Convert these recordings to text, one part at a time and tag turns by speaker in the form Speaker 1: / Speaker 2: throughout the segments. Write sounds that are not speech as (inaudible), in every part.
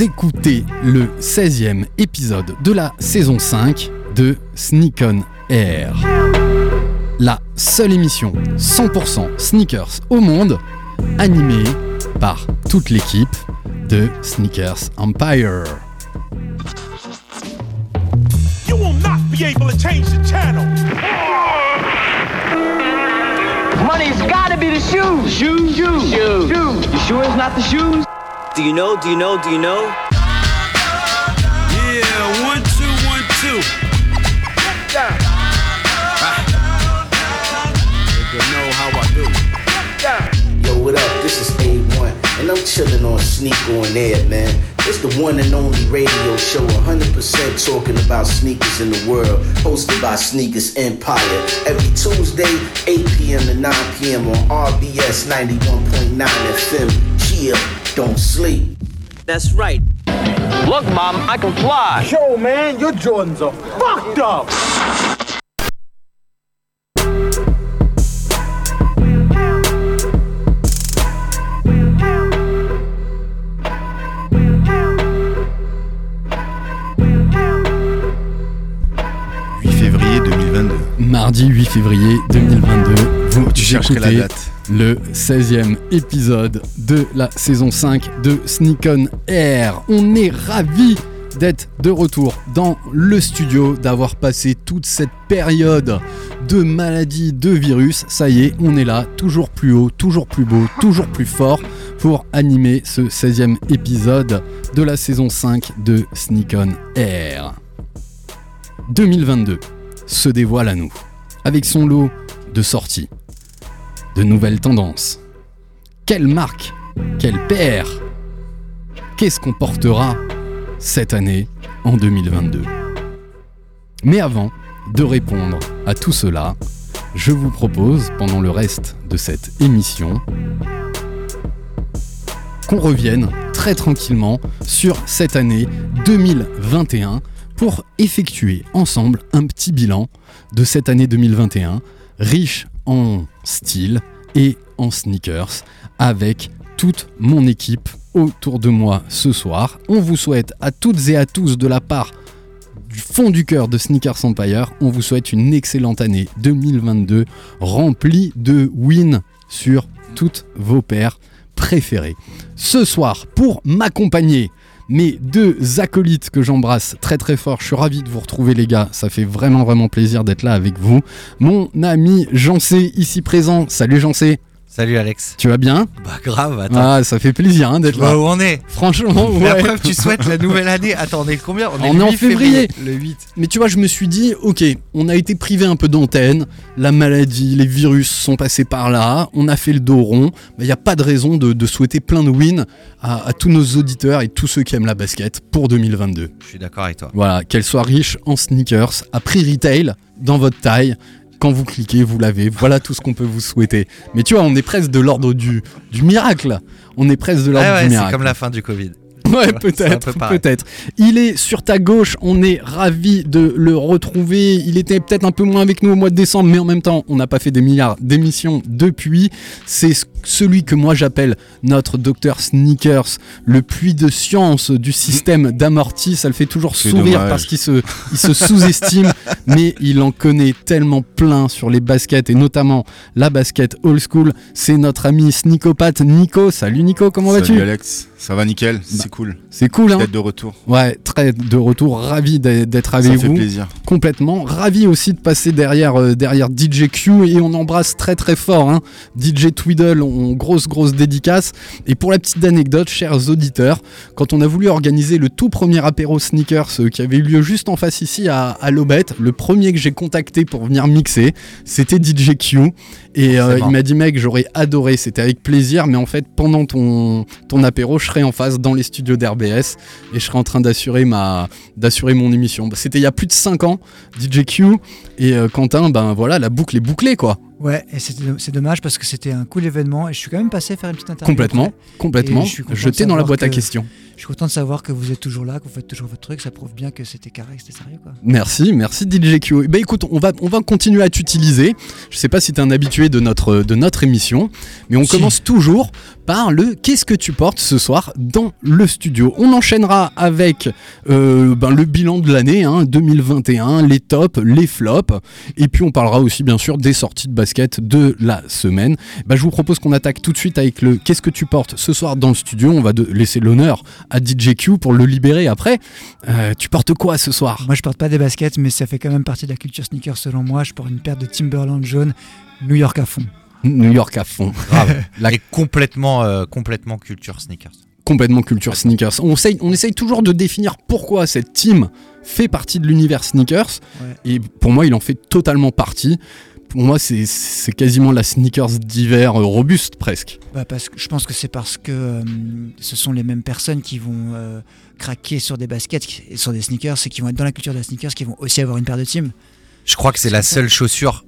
Speaker 1: écoutez le 16e épisode de la saison 5 de Sneak On Air. La seule émission 100% sneakers au monde, animée par toute l'équipe de Sneakers Empire.
Speaker 2: You will not be able to change the channel.
Speaker 3: Money's gotta be the shoes. Shoes. Shoes. Shoes. shoes. You sure it's not the shoes?
Speaker 4: Do you know? Do you know? Do you know?
Speaker 5: Yeah, one, two, one, two. Ah. Nigga know how I do.
Speaker 6: Yo, what up? This is A1, and I'm chilling on Sneak On Air, man. It's the one and only radio show 100% talking about sneakers in the world, hosted by Sneakers Empire. Every Tuesday, 8 p.m. to 9 p.m. on RBS 91.9 FM. Chill, don't sleep.
Speaker 4: That's right.
Speaker 3: Look, mom, I can fly.
Speaker 2: Yo, man, your Jordans are fucked up.
Speaker 1: Mardi 8 février 2022, vous
Speaker 7: Tu cherches que la
Speaker 1: écoutez
Speaker 7: date.
Speaker 1: le 16e épisode de la saison 5 de Sneak On Air. On est ravis d'être de retour dans le studio, d'avoir passé toute cette période de maladies, de virus. Ça y est, on est là, toujours plus haut, toujours plus beau, toujours plus fort pour animer ce 16e épisode de la saison 5 de Sneak On Air. 2022 se dévoile à nous, avec son lot de sorties, de nouvelles tendances. Quelle marque Quelle paire Qu'est-ce qu'on portera cette année en 2022 Mais avant de répondre à tout cela, je vous propose, pendant le reste de cette émission, qu'on revienne très tranquillement sur cette année 2021 pour effectuer ensemble un petit bilan de cette année 2021, riche en style et en sneakers, avec toute mon équipe autour de moi ce soir. On vous souhaite à toutes et à tous de la part du fond du cœur de Sneakers Empire, on vous souhaite une excellente année 2022 remplie de wins sur toutes vos paires préférées. Ce soir, pour m'accompagner, mes deux acolytes que j'embrasse très très fort, je suis ravi de vous retrouver les gars, ça fait vraiment vraiment plaisir d'être là avec vous. Mon ami Jancé ici présent, salut Jancé,
Speaker 8: Salut Alex.
Speaker 1: tu vas bien
Speaker 8: Bah grave, attends.
Speaker 1: Ah ça fait plaisir hein,
Speaker 8: tu
Speaker 1: d'être
Speaker 8: vois
Speaker 1: là.
Speaker 8: où on est
Speaker 1: Franchement,
Speaker 8: Mais La
Speaker 1: ouais.
Speaker 8: preuve, tu souhaites la nouvelle année. Attends, on est le combien
Speaker 1: On
Speaker 8: le
Speaker 1: est en
Speaker 8: 8
Speaker 1: février.
Speaker 8: Le 8.
Speaker 1: Mais tu vois, je me suis dit, ok, on a été privé un peu d'antenne, la maladie, les virus sont passés par là, on a fait le dos rond, il n'y a pas de raison de, de souhaiter plein de wins à, à tous nos auditeurs et tous ceux qui aiment la basket pour 2022.
Speaker 8: Je suis d'accord avec toi.
Speaker 1: Voilà, qu'elle soit riche en sneakers, à prix retail, dans votre taille. Quand vous cliquez, vous l'avez. Voilà tout ce qu'on peut vous souhaiter. Mais tu vois, on est presque de l'ordre du, du miracle. On est presque de l'ordre
Speaker 8: Ah ouais,
Speaker 1: du
Speaker 8: c'est
Speaker 1: miracle.
Speaker 8: comme la fin du Covid.
Speaker 1: (laughs) Ouais,
Speaker 8: vois, c'est un
Speaker 1: peut-être,
Speaker 8: peu pareil.
Speaker 1: peut-être. Il est sur ta gauche, on est ravi de le retrouver. Il était peut-être un peu moins avec nous au mois de décembre, mais en même temps, on n'a pas fait des milliards d'émissions depuis. C'est ce- celui que moi j'appelle notre docteur Sneakers, le puits de science du système d'amorti. Ça le fait toujours
Speaker 7: C'est
Speaker 1: sourire
Speaker 7: dommage.
Speaker 1: parce qu'il se, il se sous-estime, mais il en connaît tellement plein sur les baskets et notamment la basket old school. C'est notre ami sneakopathe Nico. Salut Nico, comment vas-tu Bah,
Speaker 7: Salut Alex, ça va nickel, c'est cool
Speaker 1: C'est cool, hein
Speaker 7: d'être de retour.
Speaker 1: Ouais, très de retour, ravi d'e- d'être
Speaker 7: ça
Speaker 1: avec
Speaker 7: fait
Speaker 1: vous.
Speaker 7: plaisir.
Speaker 1: Complètement. Ravi aussi de passer derrière, euh, derrière DJ Q et on embrasse très très fort. hein. DJ Twiddle, on, grosse grosse dédicace. Et pour la petite anecdote, chers auditeurs, quand on a voulu organiser le tout premier apéro sneakers euh, qui avait eu lieu juste en face ici à, à Lobette, le premier que j'ai contacté pour venir mixer, c'était DJ Q. Et euh,
Speaker 8: Forcément.
Speaker 1: il m'a dit, mec, j'aurais adoré, c'était avec plaisir, mais en fait, pendant ton, ton apéro, je serai en face dans les studios d'RBS et je serai en train d'assurer ma d'assurer mon émission. Bah, C'était il y a plus de 5 ans, DJ Q et euh, Quentin, ben voilà, la boucle est bouclée quoi.
Speaker 9: Ouais, et c'est c'est dommage parce que c'était un cool événement et je suis quand même passé faire une petite interview.
Speaker 1: Complètement,
Speaker 9: après.
Speaker 1: complètement,
Speaker 9: Et je suis content de
Speaker 1: jeté dans la
Speaker 9: savoir
Speaker 1: boîte à
Speaker 9: que-
Speaker 1: questions.
Speaker 9: Je suis content de savoir que vous êtes toujours là, que vous faites toujours votre truc. Ça prouve bien que c'était carré, que c'était sérieux quoi.
Speaker 1: Merci, merci DJQ. Bah écoute, on va, on va continuer à t'utiliser. Je sais pas si t'es un habitué de notre, de notre émission, mais on
Speaker 9: Si.
Speaker 1: commence toujours par le qu'est-ce que tu portes ce soir dans le studio. On enchaînera avec euh, ben, le bilan de l'année hein, 2021, les tops, les flops, et puis on parlera aussi bien sûr des sorties de basket de la semaine. Bah, je vous propose qu'on attaque tout de suite avec le qu'est-ce que tu portes ce soir dans le studio. On va de- laisser l'honneur à DJQ pour le libérer après. Euh, tu portes quoi ce soir
Speaker 9: Moi, je porte pas des baskets, mais ça fait quand même partie de la culture sneaker selon moi. Je porte une paire de Timberland jaune, New York à fond.
Speaker 1: New York à fond.
Speaker 8: Grave.
Speaker 1: La-
Speaker 8: Et complètement, euh, complètement culture sneakers.
Speaker 1: Complètement culture sneakers. On essaye, on essaye toujours de définir pourquoi cette team fait partie de l'univers sneakers.
Speaker 9: Ouais.
Speaker 1: Et pour moi, il en fait totalement partie. Pour moi, c'est- c'est quasiment la sneakers d'hiver euh, robuste presque.
Speaker 9: Bah, parce que je pense que c'est parce que euh, ce sont les mêmes personnes qui vont euh, craquer sur des baskets, qui- et sur des sneakers, et qui vont être dans la culture de la sneakers, qui vont aussi avoir une paire de teams.
Speaker 8: Je crois que c'est la seule chaussure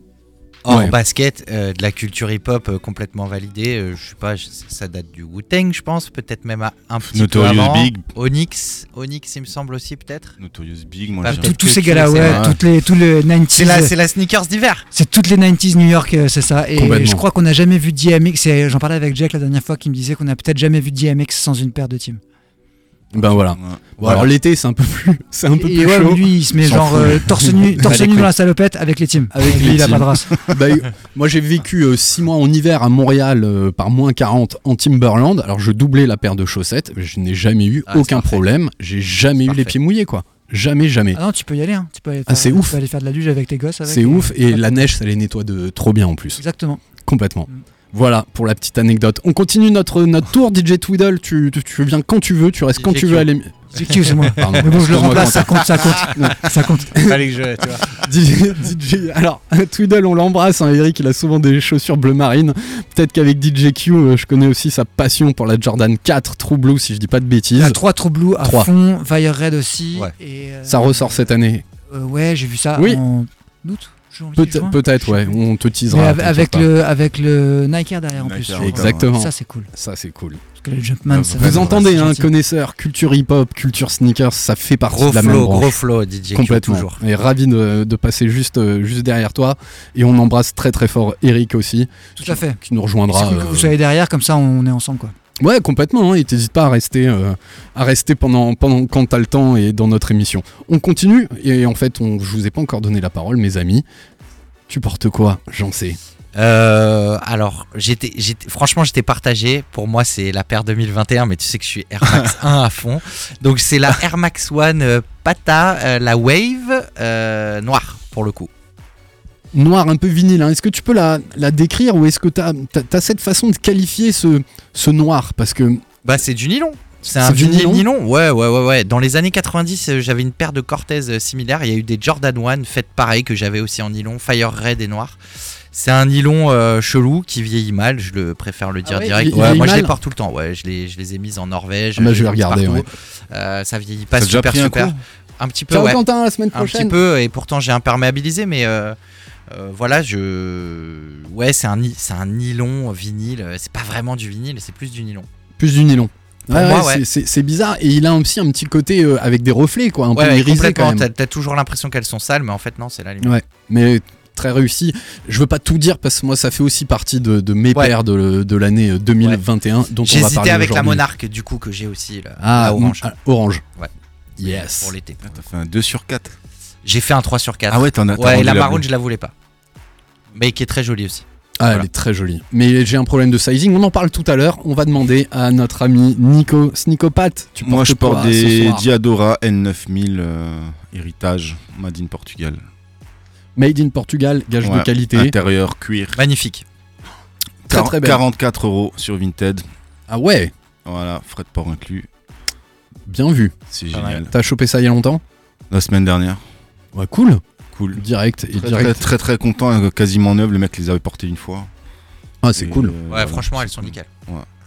Speaker 8: hors
Speaker 1: Ouais.
Speaker 8: basket euh, de la culture hip-hop euh, complètement validée. Euh, je sais pas, je- ça date du Wu-Tang, je pense, peut-être même à un petit
Speaker 7: Notorious
Speaker 8: peu avant.
Speaker 7: Big.
Speaker 8: Onyx, Onyx, il me semble aussi peut-être.
Speaker 7: Notorious Big, moi
Speaker 8: Ah,
Speaker 7: j'ai-
Speaker 8: peut-être
Speaker 9: Tous
Speaker 8: que
Speaker 9: ces
Speaker 8: tu
Speaker 9: gars-là,
Speaker 8: le sais,
Speaker 9: ouais,
Speaker 7: hein.
Speaker 9: toutes les, tous les 90s.
Speaker 8: C'est la, c'est la sneakers
Speaker 9: (laughs)
Speaker 8: d'hiver.
Speaker 9: C'est toutes les 90s New York, euh, c'est ça. Et
Speaker 1: Complètement.
Speaker 9: je crois qu'on n'a jamais vu DMX. et J'en parlais avec Jack la dernière fois qui me disait qu'on n'a peut-être jamais vu DMX sans une paire de teams.
Speaker 1: Ben voilà.
Speaker 7: Ouais.
Speaker 1: Bon, alors l'été, c'est un peu plus, c'est un peu
Speaker 9: et
Speaker 1: plus
Speaker 9: ouais,
Speaker 1: chaud.
Speaker 9: lui, il se met
Speaker 1: S'en
Speaker 9: genre
Speaker 1: fout.
Speaker 9: euh,
Speaker 1: (laughs)
Speaker 9: torse nu, torse
Speaker 1: Allez,
Speaker 9: nu dans
Speaker 1: cool.
Speaker 9: la salopette avec les teams.
Speaker 1: Avec
Speaker 9: lui,
Speaker 1: les
Speaker 9: il a
Speaker 1: teams.
Speaker 9: pas de race.
Speaker 1: Bah, euh, moi, j'ai vécu 6 mois en hiver à Montréal euh, par moins 40 en Timberland. Alors, je doublais la paire de chaussettes. Je n'ai jamais eu
Speaker 8: Ah, c'est
Speaker 1: aucun
Speaker 8: parfait.
Speaker 1: problème. J'ai jamais eu les
Speaker 8: parfait.
Speaker 1: pieds mouillés, quoi. Jamais, jamais.
Speaker 9: Ah non, tu peux y aller. hein. Tu peux aller
Speaker 1: Ah,
Speaker 9: faire,
Speaker 1: c'est
Speaker 9: tu
Speaker 1: ouf.
Speaker 9: peux aller faire de la luge avec tes gosses. avec,
Speaker 1: C'est
Speaker 9: euh,
Speaker 1: ouf. Et la neige, ça les nettoie de trop bien en plus.
Speaker 9: Exactement.
Speaker 1: Complètement.
Speaker 9: Mm.
Speaker 1: Voilà pour la petite anecdote. On continue notre, notre tour, DJ Twiddle. Tu, tu- tu viens quand tu veux, tu restes quand
Speaker 8: DJ
Speaker 1: tu veux à l'ém-
Speaker 9: C'est qui, c'est moi.
Speaker 1: (laughs) Pardon,
Speaker 9: Mais bon, je le
Speaker 1: excuse-moi,
Speaker 9: remplace, ça compte, ça compte. (laughs) ça compte.
Speaker 8: Fallait que je, tu vois.
Speaker 1: DJ, DJ. Alors, Twiddle, on l'embrasse. hein, Eric, il a souvent des chaussures bleu marine. Peut-être qu'avec DJ Q, euh, je connais aussi sa passion pour la Jordan 4 True Blue, si je dis pas de
Speaker 9: Il y
Speaker 1: bêtises.
Speaker 9: a 3 True Blue à
Speaker 1: Trois.
Speaker 9: fond, Fire Red aussi.
Speaker 8: Ouais.
Speaker 9: et, euh,
Speaker 1: Ça ressort cette année.
Speaker 9: euh, ouais, j'ai vu ça
Speaker 1: Oui.
Speaker 9: en août, janvier,
Speaker 1: Peut-
Speaker 9: juin.
Speaker 1: Peut-être, ouais. On te
Speaker 9: Mais
Speaker 1: teasera.
Speaker 9: av-
Speaker 1: t'inquiète
Speaker 9: avec
Speaker 1: pas.
Speaker 9: le, avec le Nike Air derrière en
Speaker 7: Nike
Speaker 9: plus.
Speaker 7: Air, Ah,
Speaker 9: je crois.
Speaker 1: Exactement.
Speaker 9: Ça, c'est cool.
Speaker 1: Ça, c'est cool.
Speaker 9: Parce que le Jumpman, ça-
Speaker 1: Vous
Speaker 8: Ouais,
Speaker 1: entendez,
Speaker 9: c'est
Speaker 1: hein,
Speaker 9: gentil.
Speaker 1: connaisseurs, culture hip-hop, culture sneakers, ça fait partie
Speaker 8: Gros
Speaker 1: de la même
Speaker 8: flow,
Speaker 1: branche.
Speaker 8: gros flow, DJ Q,
Speaker 1: Complètement.
Speaker 8: toujours.
Speaker 1: Et ravi de, de passer juste, euh, juste derrière toi. Et on embrasse très très fort Eric aussi,
Speaker 9: Tout à fait.
Speaker 1: qui nous
Speaker 9: C'est
Speaker 1: rejoindra.
Speaker 9: cool que vous
Speaker 1: euh,
Speaker 9: soyez derrière, comme ça, on est ensemble, quoi.
Speaker 1: Ouais, complètement. hein. Et t'hésites pas à rester, euh, à rester pendant, pendant quand t'as le temps et dans notre émission. On continue. Et en fait, on, je vous ai pas encore donné la parole, mes amis. Tu portes quoi J'en sais.
Speaker 8: Euh, alors, j'étais, j'étais- franchement, j'étais partagé. Pour moi, c'est la paire 2021, mais tu sais que je suis Air Max 1 à fond. Donc, c'est la Air Max 1 euh, Pata, euh, la Wave euh, noire pour le coup.
Speaker 1: Noir, un peu vinyle. hein. Est-ce que tu peux la, la décrire ou est-ce que t'as as, cette façon de qualifier ce, ce noir Parce que
Speaker 8: Bah, c'est du nylon. C'est
Speaker 1: C'est
Speaker 8: un
Speaker 1: du
Speaker 8: vinyle
Speaker 1: nylon
Speaker 8: nylon. Ouais, ouais, ouais, ouais. Dans les années 90, euh, j'avais une paire de Cortez euh, similaire. Il y a eu des Jordan 1 faites pareil que j'avais aussi en nylon, Fire Red et noir. C'est un nylon euh, chelou qui vieillit mal, je le préfère le dire
Speaker 1: Ah ouais, il
Speaker 8: direct.
Speaker 1: vieillit
Speaker 8: Ouais, moi je les
Speaker 1: mal.
Speaker 8: porte tout le temps, ouais, je les, je les ai mises en Norvège.
Speaker 1: Ah bah,
Speaker 8: je
Speaker 1: je vais
Speaker 8: les porte
Speaker 1: regarder,
Speaker 8: partout.
Speaker 1: ouais.
Speaker 8: Euh, ça vieillit pas
Speaker 7: T'as déjà
Speaker 8: super
Speaker 7: pris un
Speaker 8: super.
Speaker 7: coup
Speaker 8: un petit peu,
Speaker 1: ciao
Speaker 8: ouais.
Speaker 1: Quentin la semaine
Speaker 8: Un petit
Speaker 1: prochaine.
Speaker 8: peu, et pourtant j'ai imperméabilisé, mais euh, euh, voilà, je. Ouais, c'est un, ni- c'est un nylon vinyle, c'est pas vraiment du vinyle, c'est plus du nylon.
Speaker 1: Plus du nylon.
Speaker 8: Pour
Speaker 1: Ouais,
Speaker 8: moi,
Speaker 1: ouais,
Speaker 8: ouais.
Speaker 1: c'est- C'est c'est bizarre et il a aussi un petit côté euh, avec des reflets quoi, un
Speaker 8: ouais,
Speaker 1: peu
Speaker 8: ouais,
Speaker 1: irisé quand
Speaker 8: complètement, t'as
Speaker 1: même.
Speaker 8: t'as toujours l'impression qu'elles sont sales, mais en fait, non, c'est la limite.
Speaker 1: Ouais, mais très réussi. Je veux pas tout dire parce que moi ça fait aussi partie de, de mes
Speaker 8: Ouais.
Speaker 1: paires de, de l'année euh, 2021 dont on va parler
Speaker 8: J'hésitais avec la
Speaker 1: aujourd'hui.
Speaker 8: monarque, du coup, que j'ai aussi, là,
Speaker 1: Ah,
Speaker 8: la orange,
Speaker 1: mm, ah, orange.
Speaker 8: Ouais.
Speaker 1: Yes.
Speaker 8: pour l'été.
Speaker 7: Ah, T'as fait un 2 sur 4.
Speaker 8: J'ai fait un 3 sur 4.
Speaker 7: Ah ouais, t'en as t'as
Speaker 8: ouais, et
Speaker 7: rendu
Speaker 8: la
Speaker 7: bleue.
Speaker 8: marron, je la voulais pas. Mais qui est très jolie aussi.
Speaker 1: Ah, elle
Speaker 8: Voilà.
Speaker 1: est très jolie. Mais j'ai un problème de sizing. On en parle tout à l'heure. On va demander à notre ami Nico Snicopat. Tu
Speaker 7: Moi,
Speaker 1: portes
Speaker 7: je
Speaker 1: quoi
Speaker 7: porte
Speaker 1: ce
Speaker 7: des
Speaker 1: soir
Speaker 7: Diadora N9000 euh, héritage Made in Portugal.
Speaker 1: Made in Portugal, gage
Speaker 7: Ouais, Ah,
Speaker 1: de qualité.
Speaker 7: Intérieur cuir.
Speaker 8: Magnifique.
Speaker 1: Très, très belle.
Speaker 7: 44 euros sur Vinted.
Speaker 1: Ah ouais,
Speaker 7: Voilà, frais de port inclus.
Speaker 1: bien vu.
Speaker 7: C'est
Speaker 8: Pas mal.
Speaker 7: génial.
Speaker 1: T'as chopé ça il y a longtemps
Speaker 7: La semaine dernière.
Speaker 1: Ouais, cool.
Speaker 7: Cool.
Speaker 1: Direct et
Speaker 7: Très, très
Speaker 1: direct.
Speaker 7: très très content, euh, quasiment neuf. Le mec les avait portés une fois.
Speaker 1: Ah, c'est
Speaker 7: Et,
Speaker 1: cool.
Speaker 7: euh,
Speaker 8: Ouais,
Speaker 7: voilà.
Speaker 8: franchement, elles sont nickel.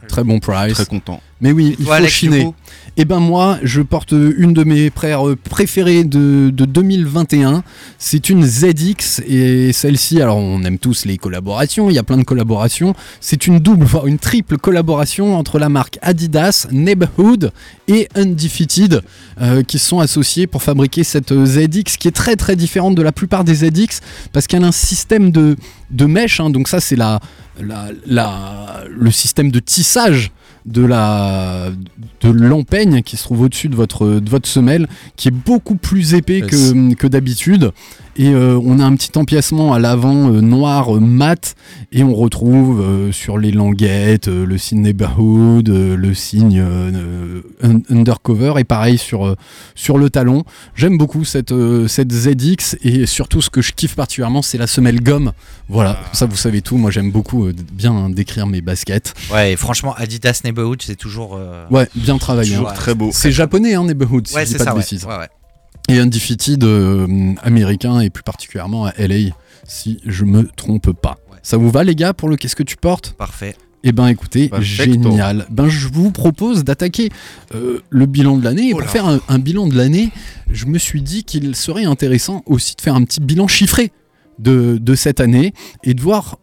Speaker 1: Très bon price.
Speaker 7: Très content.
Speaker 1: Mais oui,
Speaker 8: Et
Speaker 1: il
Speaker 8: toi,
Speaker 1: faut
Speaker 8: Alex, du
Speaker 1: chiner.
Speaker 8: coup
Speaker 1: Eh ben moi, je porte une de mes paires euh, préférées de, de 2021. C'est une ZX et celle-ci, alors on aime tous les collaborations, il y a plein de collaborations. C'est une double, voire une triple collaboration entre la marque Adidas, Neighborhood et Undefeated euh, qui se sont associés pour fabriquer cette euh, ZX qui est très très différente de la plupart des ZX parce qu'elle a un système de, de mèche. hein. donc ça c'est la, la, la- le système de tissage de la de l'empeigne qui se trouve au-dessus de votre de votre semelle qui est beaucoup plus épais
Speaker 8: Yes.
Speaker 1: que, que d'habitude et euh, on a un petit empiècement à l'avant euh, noir euh, mat et on retrouve euh, sur les languettes euh, le signe neighborhood euh, le signe euh, euh, un- undercover et pareil sur euh, sur le talon j'aime beaucoup cette euh, cette ZX et surtout ce que je kiffe particulièrement c'est la semelle gomme voilà
Speaker 7: Ah.
Speaker 1: comme ça vous savez tout moi j'aime beaucoup euh, bien décrire mes baskets
Speaker 8: Ouais, et franchement, Adidas Neighborhood, c'est toujours. euh,
Speaker 1: ouais bien travaillé hein.
Speaker 7: Toujours très beau.
Speaker 1: C'est japonais, hein, Neighborhood, si
Speaker 8: ouais,
Speaker 1: je dis
Speaker 8: c'est
Speaker 1: pas
Speaker 8: ça.
Speaker 1: de
Speaker 8: ouais.
Speaker 1: bêtises.
Speaker 8: Ouais, ouais.
Speaker 1: Et Undefeated euh, américain, et plus particulièrement à LA, si je me trompe pas.
Speaker 8: Ouais.
Speaker 1: Ça vous va, les gars, pour le qu'est-ce que tu portes
Speaker 8: Parfait.
Speaker 1: Eh ben, écoutez,
Speaker 7: Perfecto.
Speaker 1: génial. Ben, je vous propose d'attaquer euh, le bilan de l'année. Et
Speaker 7: Oh
Speaker 1: pour
Speaker 7: là.
Speaker 1: faire un, un bilan de l'année, je me suis dit qu'il serait intéressant aussi de faire un petit bilan chiffré de, de cette année et de voir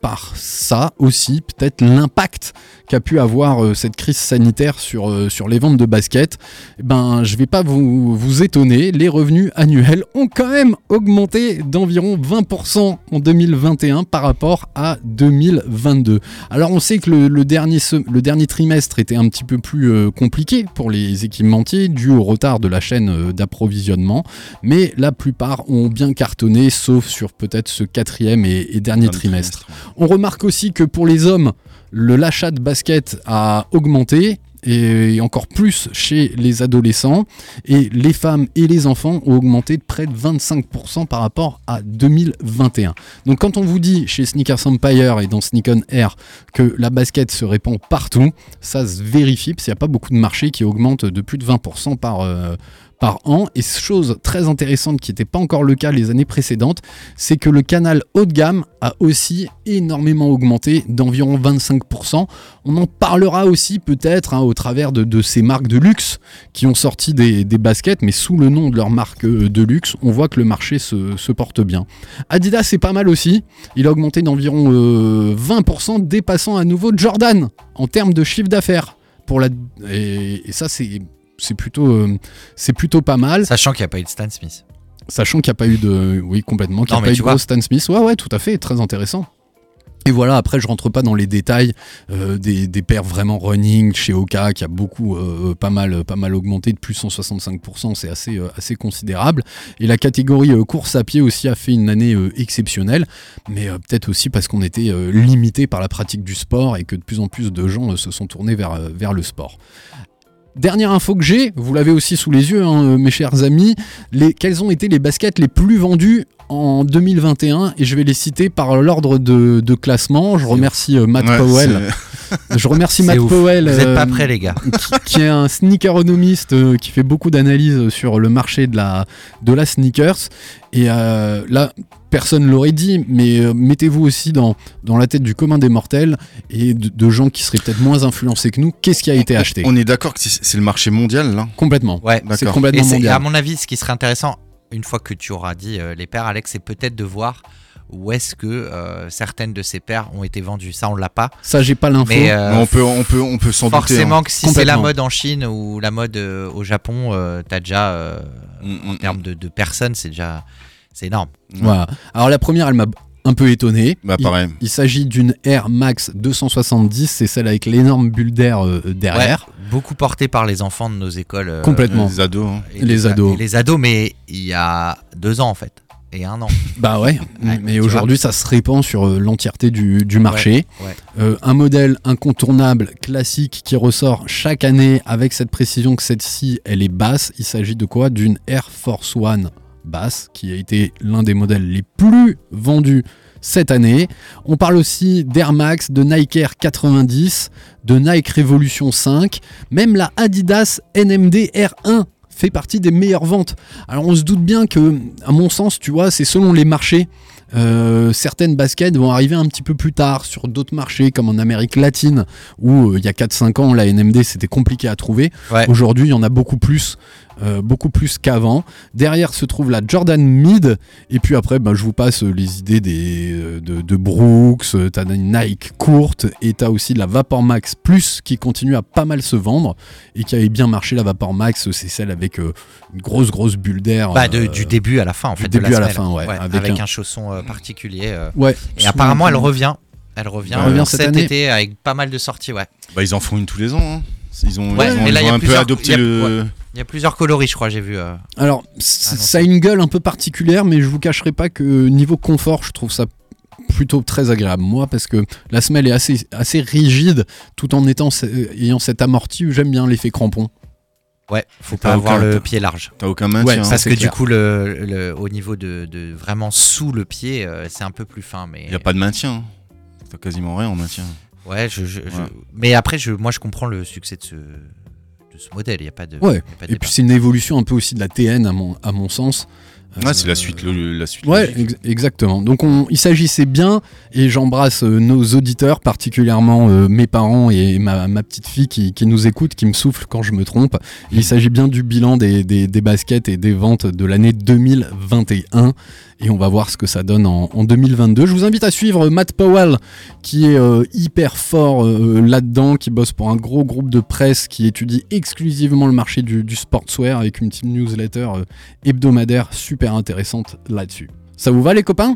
Speaker 1: par ça aussi peut-être l'impact qu'a pu avoir euh, cette crise sanitaire sur, euh, sur les ventes de basket, Eh ben, je vais pas vous, vous étonner, les revenus annuels ont quand même augmenté d'environ 20% en 2021 par rapport à 2022. Alors on sait que le, le dernier, sem- le dernier trimestre était un petit peu plus euh, compliqué pour les équipementiers dû au retard de la chaîne euh, d'approvisionnement, mais la plupart ont bien cartonné, sauf sur peut-être ce quatrième et, et dernier trimestre. On remarque aussi que pour les hommes, le l'achat de basket a augmenté et encore plus chez les adolescents et les femmes et les enfants ont augmenté de près de 25% par rapport à 2021. Donc quand on vous dit chez Sneakers Empire et dans Sneak on Air que la basket se répand partout, ça se vérifie parce qu'il n'y a pas beaucoup de marchés qui augmentent de plus de 20% par, euh, par an. Et chose très intéressante qui n'était pas encore le cas les années précédentes, c'est que le canal haut de gamme a aussi énormément augmenté d'environ 25%. On en parlera aussi peut-être hein, au travers de, de ces marques de luxe qui ont sorti des, des baskets, mais sous le nom de leur marque euh, de luxe, on voit que le marché se, se porte bien. Adidas c'est pas mal aussi, il a augmenté d'environ euh, 20%, dépassant à nouveau Jordan en termes de chiffre d'affaires. Pour la... et, et ça c'est... C'est plutôt, euh, c'est plutôt pas mal.
Speaker 8: Sachant qu'il n'y a pas eu de Stan Smith.
Speaker 1: Sachant qu'il n'y a pas eu de. Oui, complètement. Qu'il n'y
Speaker 8: Non,
Speaker 1: a
Speaker 8: mais
Speaker 1: pas eu
Speaker 8: tu
Speaker 1: de
Speaker 8: vois.
Speaker 1: gros Stan Smith. Ouais, ouais, tout à fait. Très intéressant. Et voilà, après, je rentre pas dans les détails euh, des, des paires vraiment running chez Oka, qui a beaucoup, euh, pas, mal, pas mal augmenté de plus 165%, c'est assez, euh, assez considérable. Et la catégorie euh, course à pied aussi a fait une année euh, exceptionnelle, mais euh, peut-être aussi parce qu'on était euh, limité par la pratique du sport et que de plus en plus de gens euh, se sont tournés vers, euh, vers le sport. Dernière info que j'ai, vous l'avez aussi sous les yeux, hein, euh, mes chers amis, les, quelles ont été les baskets les plus vendues en 2021 et je vais les citer par l'ordre de, de classement. Je remercie euh, Matt
Speaker 7: Ouais,
Speaker 1: Powell. Je remercie
Speaker 8: (laughs) C'est
Speaker 1: Matt
Speaker 8: ouf.
Speaker 1: Powell.
Speaker 8: Vous n'êtes
Speaker 1: euh,
Speaker 8: pas prêts,
Speaker 1: (laughs)
Speaker 8: les gars.
Speaker 1: qui est un sneakeronomiste euh, qui fait beaucoup d'analyses sur le marché de la, de la sneakers. Et euh, là, personne l'aurait dit, mais euh, mettez-vous aussi dans, dans la tête du commun des mortels et de, de gens qui seraient peut-être moins influencés que nous. Qu'est-ce qui a été
Speaker 7: On-
Speaker 1: acheté
Speaker 7: On est d'accord que c'est c'est le marché mondial hein. là.
Speaker 1: Complètement.
Speaker 8: Ouais.
Speaker 1: C'est
Speaker 7: D'accord.
Speaker 8: Et
Speaker 1: complètement
Speaker 8: c'est- à
Speaker 1: mondial.
Speaker 8: mon avis, ce qui serait intéressant, une fois que tu auras dit euh, les paires, Alex, c'est peut-être de voir où est-ce que euh, certaines de ces paires ont été vendues. Ça, on l'a pas.
Speaker 1: Ça, j'ai pas l'info.
Speaker 8: ah, Mais euh,
Speaker 7: Mais on peut, on peut, on peut s'en douter. hein.
Speaker 8: forcément que si c'est la
Speaker 1: hein. Complètement.
Speaker 8: mode en Chine ou la mode euh, au Japon, euh, t'as déjà euh,
Speaker 7: hein. Mm, mm,
Speaker 8: en termes de, de personnes, c'est déjà c'est énorme.
Speaker 1: Voilà. Alors la première, elle m'a un peu étonné.
Speaker 7: Bah
Speaker 1: Il-
Speaker 7: pareil.
Speaker 1: il s'agit d'une Air Max 270, c'est celle avec l'énorme bulle d'air euh, derrière.
Speaker 8: Ouais, beaucoup porté par les enfants de nos écoles. euh,
Speaker 1: Complètement.
Speaker 7: Les ados. hein.
Speaker 8: et
Speaker 1: Les ados.
Speaker 8: et Les ados, mais il y a deux ans en fait et un an.
Speaker 1: Bah ouais,
Speaker 8: Ouais,
Speaker 1: mais
Speaker 8: tu
Speaker 1: aujourd'hui ça se répand sur euh, l'entièreté du, du marché.
Speaker 8: ouais.
Speaker 1: Euh, un modèle incontournable, classique, qui ressort chaque année avec cette précision que celle-ci, elle est basse. Il s'agit de quoi D'une Air Force One basse, qui a été l'un des modèles les plus vendus cette année. On parle aussi d'Air Max, de Nike Air 90, de Nike Revolution 5, même la Adidas NMD R1 fait partie des meilleures ventes. Alors on se doute bien que, à mon sens, tu vois, c'est selon les marchés. Euh, certaines baskets vont arriver un petit peu plus tard sur d'autres marchés, comme en Amérique latine, où euh, il y a 4-5 ans, la NMD, c'était compliqué à trouver.
Speaker 8: Ouais.
Speaker 1: Aujourd'hui, il y en a beaucoup plus, euh, beaucoup plus qu'avant. Derrière se trouve la Jordan Mid. Et puis après, ben, je vous passe euh, les idées des, euh, de, de Brooks. euh, T'as des Nike courte et t'as aussi la Vapor Max Plus qui continue à pas mal se vendre et qui avait bien marché. La Vapor Max, c'est celle avec euh, une grosse, grosse bulle d'air.
Speaker 8: Bah, de-
Speaker 1: euh,
Speaker 8: du début à la fin, en
Speaker 1: du
Speaker 8: fait. de
Speaker 1: début à la
Speaker 8: semelle.
Speaker 1: fin, ouais,
Speaker 8: avec,
Speaker 1: avec
Speaker 8: un...
Speaker 1: un
Speaker 8: chausson euh, particulier. euh.
Speaker 1: Ouais.
Speaker 8: Et apparemment, elle revient. Elle revient,
Speaker 1: Elle revient
Speaker 8: euh,
Speaker 1: cette
Speaker 8: cet
Speaker 1: année.
Speaker 8: été avec pas mal de sorties, ouais.
Speaker 7: Bah, ils en font une tous les ans. hein. Ils ont,
Speaker 8: Ouais,
Speaker 7: ils ont-
Speaker 8: mais là,
Speaker 7: ils
Speaker 8: il y
Speaker 7: ont
Speaker 8: a
Speaker 7: un peu
Speaker 8: plusieurs- il y
Speaker 7: adopté
Speaker 8: a-
Speaker 7: le.
Speaker 8: Il y a plusieurs coloris, je crois, j'ai vu. euh.
Speaker 1: Alors, c-
Speaker 8: Ah, non,
Speaker 1: ça a une gueule un peu particulière, mais je vous cacherai pas que niveau confort, je trouve ça plutôt très agréable moi parce que la semelle est assez, assez rigide tout en étant euh, ayant cet amorti j'aime bien l'effet crampon
Speaker 8: Ouais, faut
Speaker 7: T'as
Speaker 8: pas avoir
Speaker 7: aucun-
Speaker 8: le pied large.
Speaker 7: T'as aucun maintien.
Speaker 1: Ouais,
Speaker 7: hein.
Speaker 1: ça,
Speaker 8: Parce
Speaker 1: c'est
Speaker 8: que
Speaker 1: clair.
Speaker 8: du coup, le, le- au niveau de, de- vraiment sous le pied, euh, c'est un peu plus fin. Mais
Speaker 7: Il n'y a pas de maintien. hein. T'as quasiment rien en maintien.
Speaker 8: ouais, je, je- je-
Speaker 7: Ouais.
Speaker 8: mais après, je, moi, je comprends le succès de ce, de ce modèle. Il y a pas de.
Speaker 1: Ouais.
Speaker 8: il y a pas de
Speaker 1: Et
Speaker 8: débat.
Speaker 1: puis c'est une évolution un peu aussi de la TN à mon, à mon sens.
Speaker 7: Ouais, c'est
Speaker 1: Euh,
Speaker 7: la suite. le- la suite
Speaker 1: Ouais,
Speaker 7: logique.
Speaker 1: ex- exactement. Donc on- il s'agissait bien, et j'embrasse euh, nos auditeurs, particulièrement euh, mes parents et ma, ma petite fille qui, qui nous écoute, qui me souffle quand je me trompe. Il s'agit bien du bilan des, des- des baskets et des ventes de l'année 2021. Et on va voir ce que ça donne en, en 2022. Je vous invite à suivre Matt Powell, qui est euh, hyper fort euh, là-dedans, qui bosse pour un gros groupe de presse qui étudie exclusivement le marché du, du sportswear avec une petite newsletter euh, hebdomadaire super intéressante là-dessus. Ça vous va les copains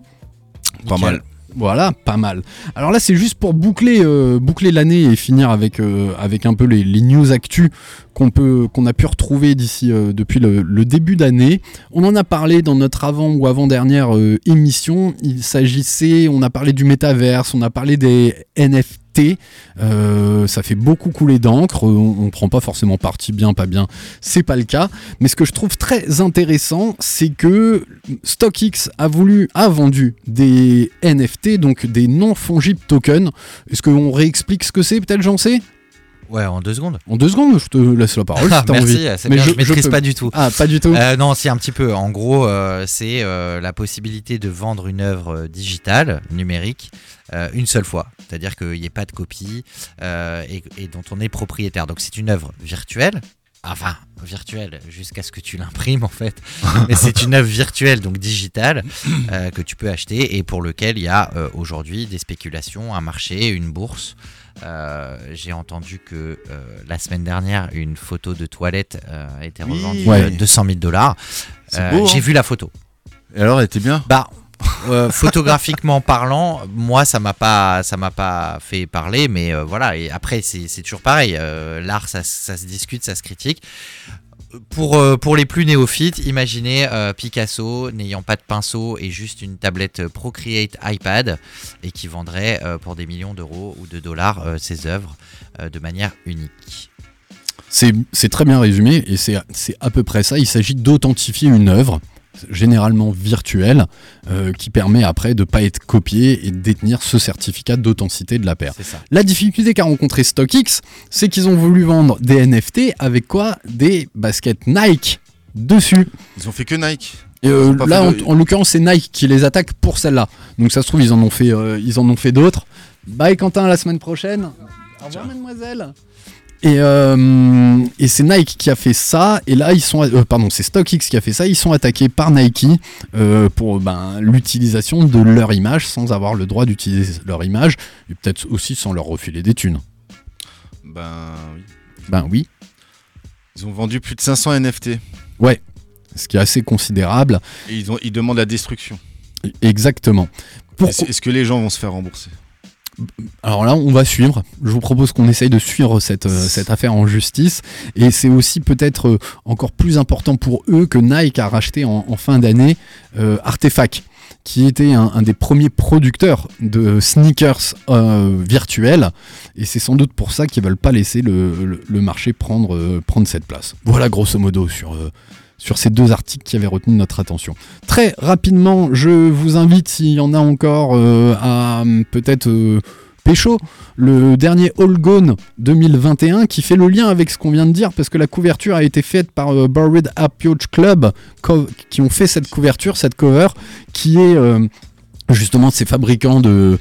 Speaker 7: Pas
Speaker 1: Nickel.
Speaker 7: mal.
Speaker 1: Voilà, pas mal. Alors là, c'est juste pour boucler, euh, boucler l'année et finir avec, euh, avec un peu les, les news actus qu'on peut- qu'on a pu retrouver d'ici euh, depuis le, le début d'année. On en a parlé dans notre avant ou avant-dernière euh, émission. Il s'agissait, on a parlé du métaverse, on a parlé des NFT. Euh, ça fait beaucoup couler d'encre. On, on prend pas forcément parti bien, pas bien. C'est pas le cas. Mais ce que je trouve très intéressant, c'est que StockX a voulu, a vendu des NFT, donc des non-fungibles tokens. Est-ce qu'on réexplique ce que c'est, peut-être, j'en sais
Speaker 8: Ouais, en deux secondes.
Speaker 1: En deux secondes, je te laisse la
Speaker 8: (laughs)
Speaker 1: parole Oh, si
Speaker 8: Ah,
Speaker 1: t'as envie.
Speaker 8: merci, c'est bien, je, maîtrise
Speaker 1: peux-
Speaker 8: pas du tout.
Speaker 1: Ah, pas du tout.
Speaker 8: Euh, non, si un petit peu. En gros, euh, c'est euh, la possibilité de vendre une œuvre euh, digitale, numérique, euh, une seule fois. C'est-à-dire qu'il n'y ait pas de copie euh, et, et dont on est propriétaire. Donc c'est une œuvre virtuelle. Enfin, virtuelle, jusqu'à ce que tu l'imprimes en fait. Mais c'est une œuvre virtuelle, donc digitale, euh, que tu peux acheter et pour lequel il y a euh, aujourd'hui des spéculations, un marché, une bourse. Euh, J'ai entendu que euh, la semaine dernière, une photo de toilette euh, a été
Speaker 7: Oui.
Speaker 8: revendue
Speaker 1: Ouais.
Speaker 8: euh, 200 000 dollars.
Speaker 7: C'est beau, hein.
Speaker 8: Euh, J'ai vu la photo.
Speaker 7: Et alors, elle était bien
Speaker 8: Bah, euh, photographiquement (laughs) parlant, moi ça m'a pas, ça m'a pas fait parler, mais euh, voilà. Et après, c'est c'est toujours pareil. euh, L'art, ça, se- ça se discute, ça se critique. Pour, euh, pour les plus néophytes, imaginez euh, Picasso n'ayant pas de pinceau et juste une tablette Procreate iPad et qui vendrait euh, pour des millions d'euros ou de dollars euh, ses œuvres euh, de manière unique.
Speaker 1: C'est c'est très bien résumé et c'est c'est à peu près ça. Il s'agit d'authentifier une œuvre, généralement virtuelle, euh, qui permet après de ne pas être copiée et de détenir ce certificat d'authenticité de la paire.
Speaker 8: C'est ça.
Speaker 1: La difficulté qu'a rencontré StockX, c'est qu'ils ont voulu vendre des NFT avec quoi Des baskets Nike dessus.
Speaker 7: Ils ont fait que Nike.
Speaker 1: Et euh,
Speaker 7: Ils ont pas
Speaker 1: là, en,
Speaker 7: fait de-
Speaker 1: en l'occurrence, c'est Nike qui les attaque pour celle-là. Donc ça se trouve, ils en ont fait, euh, ils en ont fait d'autres. Bye Quentin, à la semaine prochaine. Au revoir, mademoiselle. Et, euh, et c'est Nike qui a fait ça. Et là, ils sont, euh, pardon, c'est StockX qui a fait ça. Ils sont attaqués par Nike euh, pour ben, l'utilisation de leur image sans avoir le droit d'utiliser leur image et peut-être aussi sans leur refiler des thunes.
Speaker 7: Ben oui.
Speaker 1: Ben oui.
Speaker 7: Ils ont vendu plus de 500 NFT. Et
Speaker 1: ce qui est assez considérable.
Speaker 7: ils, ont, ils demandent la destruction.
Speaker 1: Exactement. Pourquoi-
Speaker 7: Est-ce est-ce que les gens vont se faire rembourser
Speaker 1: Alors là, on va suivre. Je vous propose qu'on essaye de suivre cette, euh, cette affaire en justice. Et c'est aussi peut-être euh, encore plus important pour eux que Nike a racheté en, en fin d'année euh, Artefact, qui était un, un des premiers producteurs de sneakers euh, virtuels. Et c'est sans doute pour ça qu'ils veulent pas laisser le, le- le marché prendre, euh, prendre cette place. Voilà, grosso modo, sur. euh, sur ces deux articles qui avaient retenu notre attention. Très rapidement, je vous invite, s'il y en a encore, euh, à hum, peut-être euh, Pécho, le dernier All Gone 2021 qui fait le lien avec ce qu'on vient de dire parce que la couverture a été faite par euh, Borrowed Apioch Club co- qui ont fait cette couverture, cette cover qui est euh, justement ces fabricants de,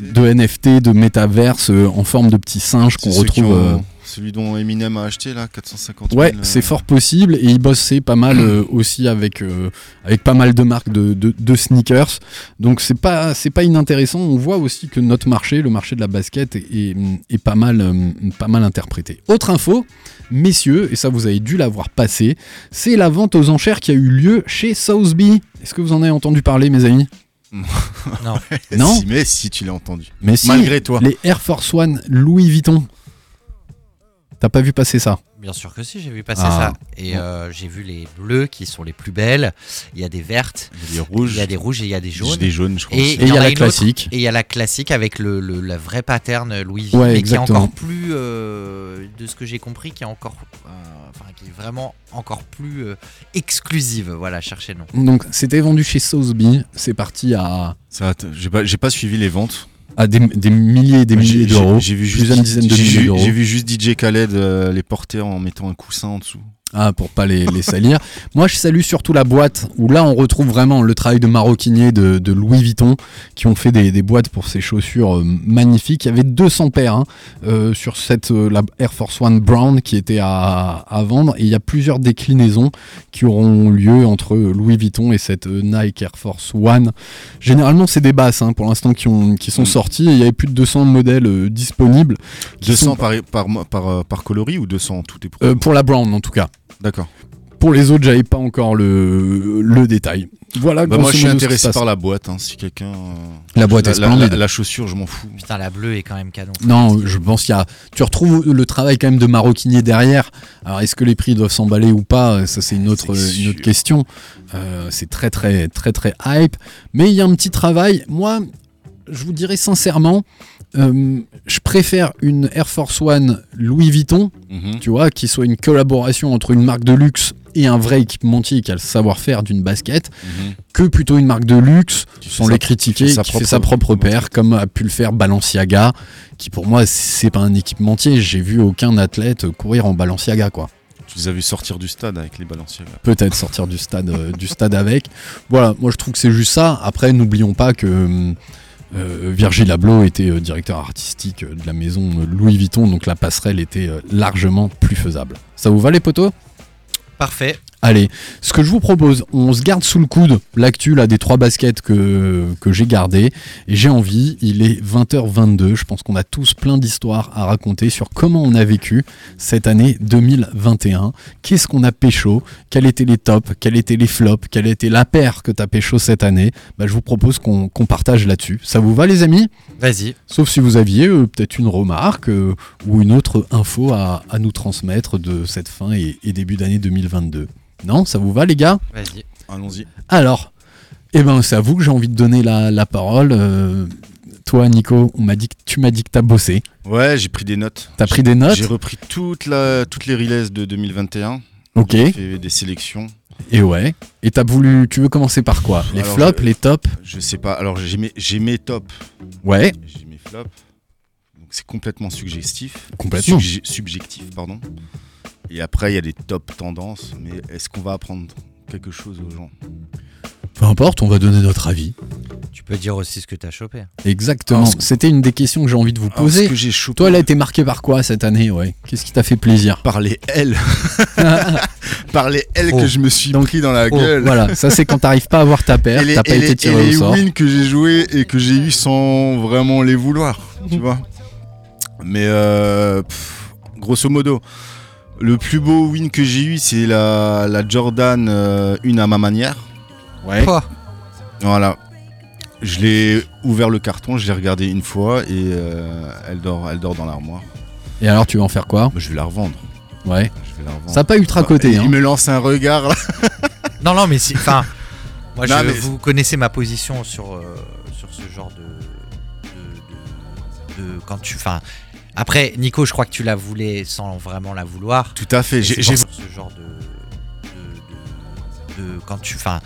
Speaker 1: de NFT, de métaverse euh, en forme de petits singes qu'on
Speaker 7: C'est ceux qui
Speaker 1: retrouve.
Speaker 7: ont-
Speaker 1: euh,
Speaker 7: Celui dont Eminem a acheté là, 450 000.
Speaker 1: Ouais,
Speaker 7: euh,
Speaker 1: c'est
Speaker 7: (laughs)
Speaker 1: fort possible et ils bossaient pas mal euh, aussi avec euh, avec pas mal de marques de, de, de sneakers. Donc c'est pas c'est pas inintéressant. On voit aussi que notre marché, le marché de la basket, est, est, est pas mal euh, pas mal interprété. Autre info, messieurs, et ça vous avez dû l'avoir passé, c'est la vente aux enchères qui a eu lieu chez Sotheby. Est-ce que vous en avez entendu parler, mes amis Non.
Speaker 7: Si, mais si tu l'as entendu.
Speaker 1: Mais si,
Speaker 7: Malgré toi.
Speaker 1: les Air Force One Louis Vuitton. T'as pas vu passer ça
Speaker 8: Bien sûr que si, j'ai vu passer
Speaker 1: Ah.
Speaker 8: ça. Et euh, j'ai vu les bleus qui sont les plus belles. Il y a des vertes,
Speaker 7: Il y a des rouges.
Speaker 8: il y a des rouges et il y a des jaunes.
Speaker 7: Des jaunes, je crois.
Speaker 8: Et-
Speaker 7: aussi.
Speaker 1: Et il y
Speaker 8: en
Speaker 1: a
Speaker 8: a
Speaker 1: la
Speaker 8: une autre.
Speaker 1: classique.
Speaker 8: Et il y a la classique avec le, le- la vraie pattern Louis Vuitton,
Speaker 1: Ouais,
Speaker 8: mais qui est
Speaker 1: exactement.
Speaker 8: encore plus, euh, de ce que j'ai compris, qui est encore, euh, enfin qui est vraiment encore plus euh, exclusive. Voilà, cherchez le nom.
Speaker 1: Donc c'était vendu chez Sotheby, c'est parti à,
Speaker 7: Ça, t- j'ai pas, j'ai pas suivi les ventes.
Speaker 1: à des, des milliers et des
Speaker 7: Moi, j'ai-
Speaker 1: milliers
Speaker 7: j'ai-
Speaker 1: d'euros.
Speaker 7: J'ai vu
Speaker 1: Plusieurs
Speaker 7: juste,
Speaker 1: dizaines de
Speaker 7: j'ai
Speaker 1: milliers
Speaker 7: ju-
Speaker 1: d'euros.
Speaker 7: j'ai vu juste DJ Khaled euh, les porter en mettant un coussin en dessous.
Speaker 1: Ah, pour pas les, les salir. Moi, je salue surtout la boîte où là, on retrouve vraiment le travail de maroquinier de, de Louis Vuitton qui ont fait des, des boîtes pour ces chaussures euh, magnifiques. Il y avait 200 paires hein, euh, sur cette euh, la Air Force One Brown qui était à, à vendre et il y a plusieurs déclinaisons qui auront lieu entre Louis Vuitton et cette euh, Nike Air Force One. Généralement, c'est des basses hein, pour l'instant qui, ont- qui sont sorties et il y avait plus de 200 modèles euh, disponibles. qui
Speaker 7: 200
Speaker 1: sont-
Speaker 7: par, par, mois- par, euh, par coloris ou 200 en tout et pour
Speaker 1: euh, pour la Brown en tout cas.
Speaker 7: D'accord.
Speaker 1: Pour les autres, j'avais pas encore le, le détail. Voilà,
Speaker 7: Bah,
Speaker 1: grosso
Speaker 7: moi, je suis
Speaker 1: modo, ce qui se
Speaker 7: intéressé
Speaker 1: passe.
Speaker 7: par la boîte. hein, si quelqu'un. euh,
Speaker 1: La boîte
Speaker 7: la,
Speaker 1: est
Speaker 7: la-
Speaker 1: splendide.
Speaker 7: la- la chaussure, je m'en fous.
Speaker 8: Putain, la bleue est quand même canon.
Speaker 1: Non, je pense qu'il y a. Tu retrouves le travail quand même de maroquinier derrière. Alors, est-ce que les prix doivent s'emballer ou pas Ça, c'est une autre,
Speaker 7: C'est
Speaker 1: une autre
Speaker 7: sûr.
Speaker 1: question. Euh, c'est très, très, très, très hype. Mais il y a un petit travail. Moi, je vous dirais sincèrement, euh, je préfère une Air Force One Louis Vuitton
Speaker 8: Mhm,
Speaker 1: tu vois, qu'il soit une collaboration entre une marque de luxe et un vrai équipementier qui a le savoir-faire d'une basket,
Speaker 7: Mhm.
Speaker 1: que plutôt une marque de luxe,
Speaker 7: Qui fait
Speaker 1: sans
Speaker 7: sa-
Speaker 1: les critiquer, qui
Speaker 7: qui fait sa
Speaker 1: fait
Speaker 7: propre-
Speaker 1: sa propre paire, comme a pu le faire Balenciaga, qui pour moi, c'est pas un équipementier. J'ai vu aucun athlète courir en Balenciaga, quoi.
Speaker 7: Tu les as vus sortir du stade avec les balanciers.
Speaker 1: Peut-être sortir du stade, euh, du stade avec. Voilà, moi je trouve que c'est juste ça. Après, n'oublions pas que. hum, euh, Virgil Abloh était euh, directeur artistique euh, de la maison euh, Louis Vuitton, donc la passerelle était euh, largement plus faisable. Ça vous va les poteaux
Speaker 8: Parfait.
Speaker 1: Allez, ce que je vous propose, on se garde sous le coude l'actu là des trois baskets que, que j'ai gardées. Et j'ai envie, il est 20h22, je pense qu'on a tous plein d'histoires à raconter sur comment on a vécu cette année 2021. Qu'est-ce qu'on a pécho Quels étaient les tops Quels étaient les flops Quelle était la paire que t'as pécho cette année bah, Je vous propose qu'on qu'on partage là-dessus. Ça vous va les amis
Speaker 8: Vas-y.
Speaker 1: Sauf si vous aviez euh, peut-être une remarque euh, ou une autre info à, à nous transmettre de cette fin et, et début d'année 2022. Non, ça vous va les gars
Speaker 8: Vas-y.
Speaker 7: Allons-y.
Speaker 1: Alors, eh ben, c'est à vous que j'ai envie de donner la, la parole. Euh, toi Nico, on m'a dit que tu m'as dit que t'as bossé.
Speaker 7: Ouais, j'ai pris des notes.
Speaker 1: T'as pris des notes
Speaker 7: J'ai repris toute la, toutes les releases de 2021.
Speaker 1: Ok.
Speaker 7: J'ai fait des sélections.
Speaker 1: Et ouais. Et t'as voulu. Tu veux commencer par quoi Les
Speaker 7: Alors,
Speaker 1: flops,
Speaker 7: je-
Speaker 1: les tops
Speaker 7: Je sais pas. Alors, j'ai mes, j'ai mes tops.
Speaker 1: Ouais.
Speaker 7: J'ai mes flops. Donc, c'est complètement suggestif.
Speaker 1: Complètement.
Speaker 7: Sugge- subjectif, pardon. Et après, il y a des tops tendances. Mais est-ce qu'on va apprendre quelque chose aux gens
Speaker 1: Peu importe, on va donner notre avis.
Speaker 8: Tu peux dire aussi ce que t'as chopé.
Speaker 1: Exactement.
Speaker 7: Alors, ce-
Speaker 1: C'était une des questions que j'ai envie de vous
Speaker 7: Alors, ce
Speaker 1: poser.
Speaker 7: que j'ai chopé
Speaker 1: Toi, elle a été marquée par quoi cette année Ouais. Qu'est-ce qui t'a fait plaisir
Speaker 7: par les L. (laughs) par les L
Speaker 8: Oh.
Speaker 7: que je me suis
Speaker 1: Ah, Donc-
Speaker 7: pris dans la
Speaker 1: Oh,
Speaker 7: gueule.
Speaker 1: voilà, ça c'est quand t'arrives pas à avoir ta paire,
Speaker 7: et les,
Speaker 1: t'as pas
Speaker 7: et
Speaker 1: été
Speaker 7: les-
Speaker 1: tiré
Speaker 7: et
Speaker 1: au
Speaker 7: les
Speaker 1: sort.
Speaker 7: wins que j'ai joué et que j'ai eu sans vraiment les vouloir, tu vois. Mais euh, pff, grosso modo, le plus beau win que j'ai eu, c'est la, la Jordan euh, une à ma manière.
Speaker 1: Ouais.
Speaker 8: Quoi
Speaker 7: Voilà. Je l'ai ouvert le carton, je l'ai regardé une fois et euh, elle dort, elle dort dans l'armoire.
Speaker 1: Et alors tu vas en faire quoi
Speaker 7: Je vais la revendre.
Speaker 1: Ouais.
Speaker 7: Je vais la revendre.
Speaker 1: Ça a pas ultra
Speaker 7: Et
Speaker 1: coté.
Speaker 7: Bah, Il
Speaker 1: Hein.
Speaker 7: me lance un regard là.
Speaker 8: Non, non, mais si. Enfin, moi,
Speaker 7: Non,
Speaker 8: je-
Speaker 7: mais-
Speaker 8: vous connaissez ma position sur, euh, sur ce genre de. de, de- de- quand tu. Enfin, après, Nico, je crois que tu la voulais sans vraiment la vouloir.
Speaker 7: Tout à fait.
Speaker 8: Et
Speaker 7: J'ai
Speaker 8: c'est
Speaker 7: j'ai-
Speaker 8: pour ce genre de. de- de- de- quand tu. Enfin,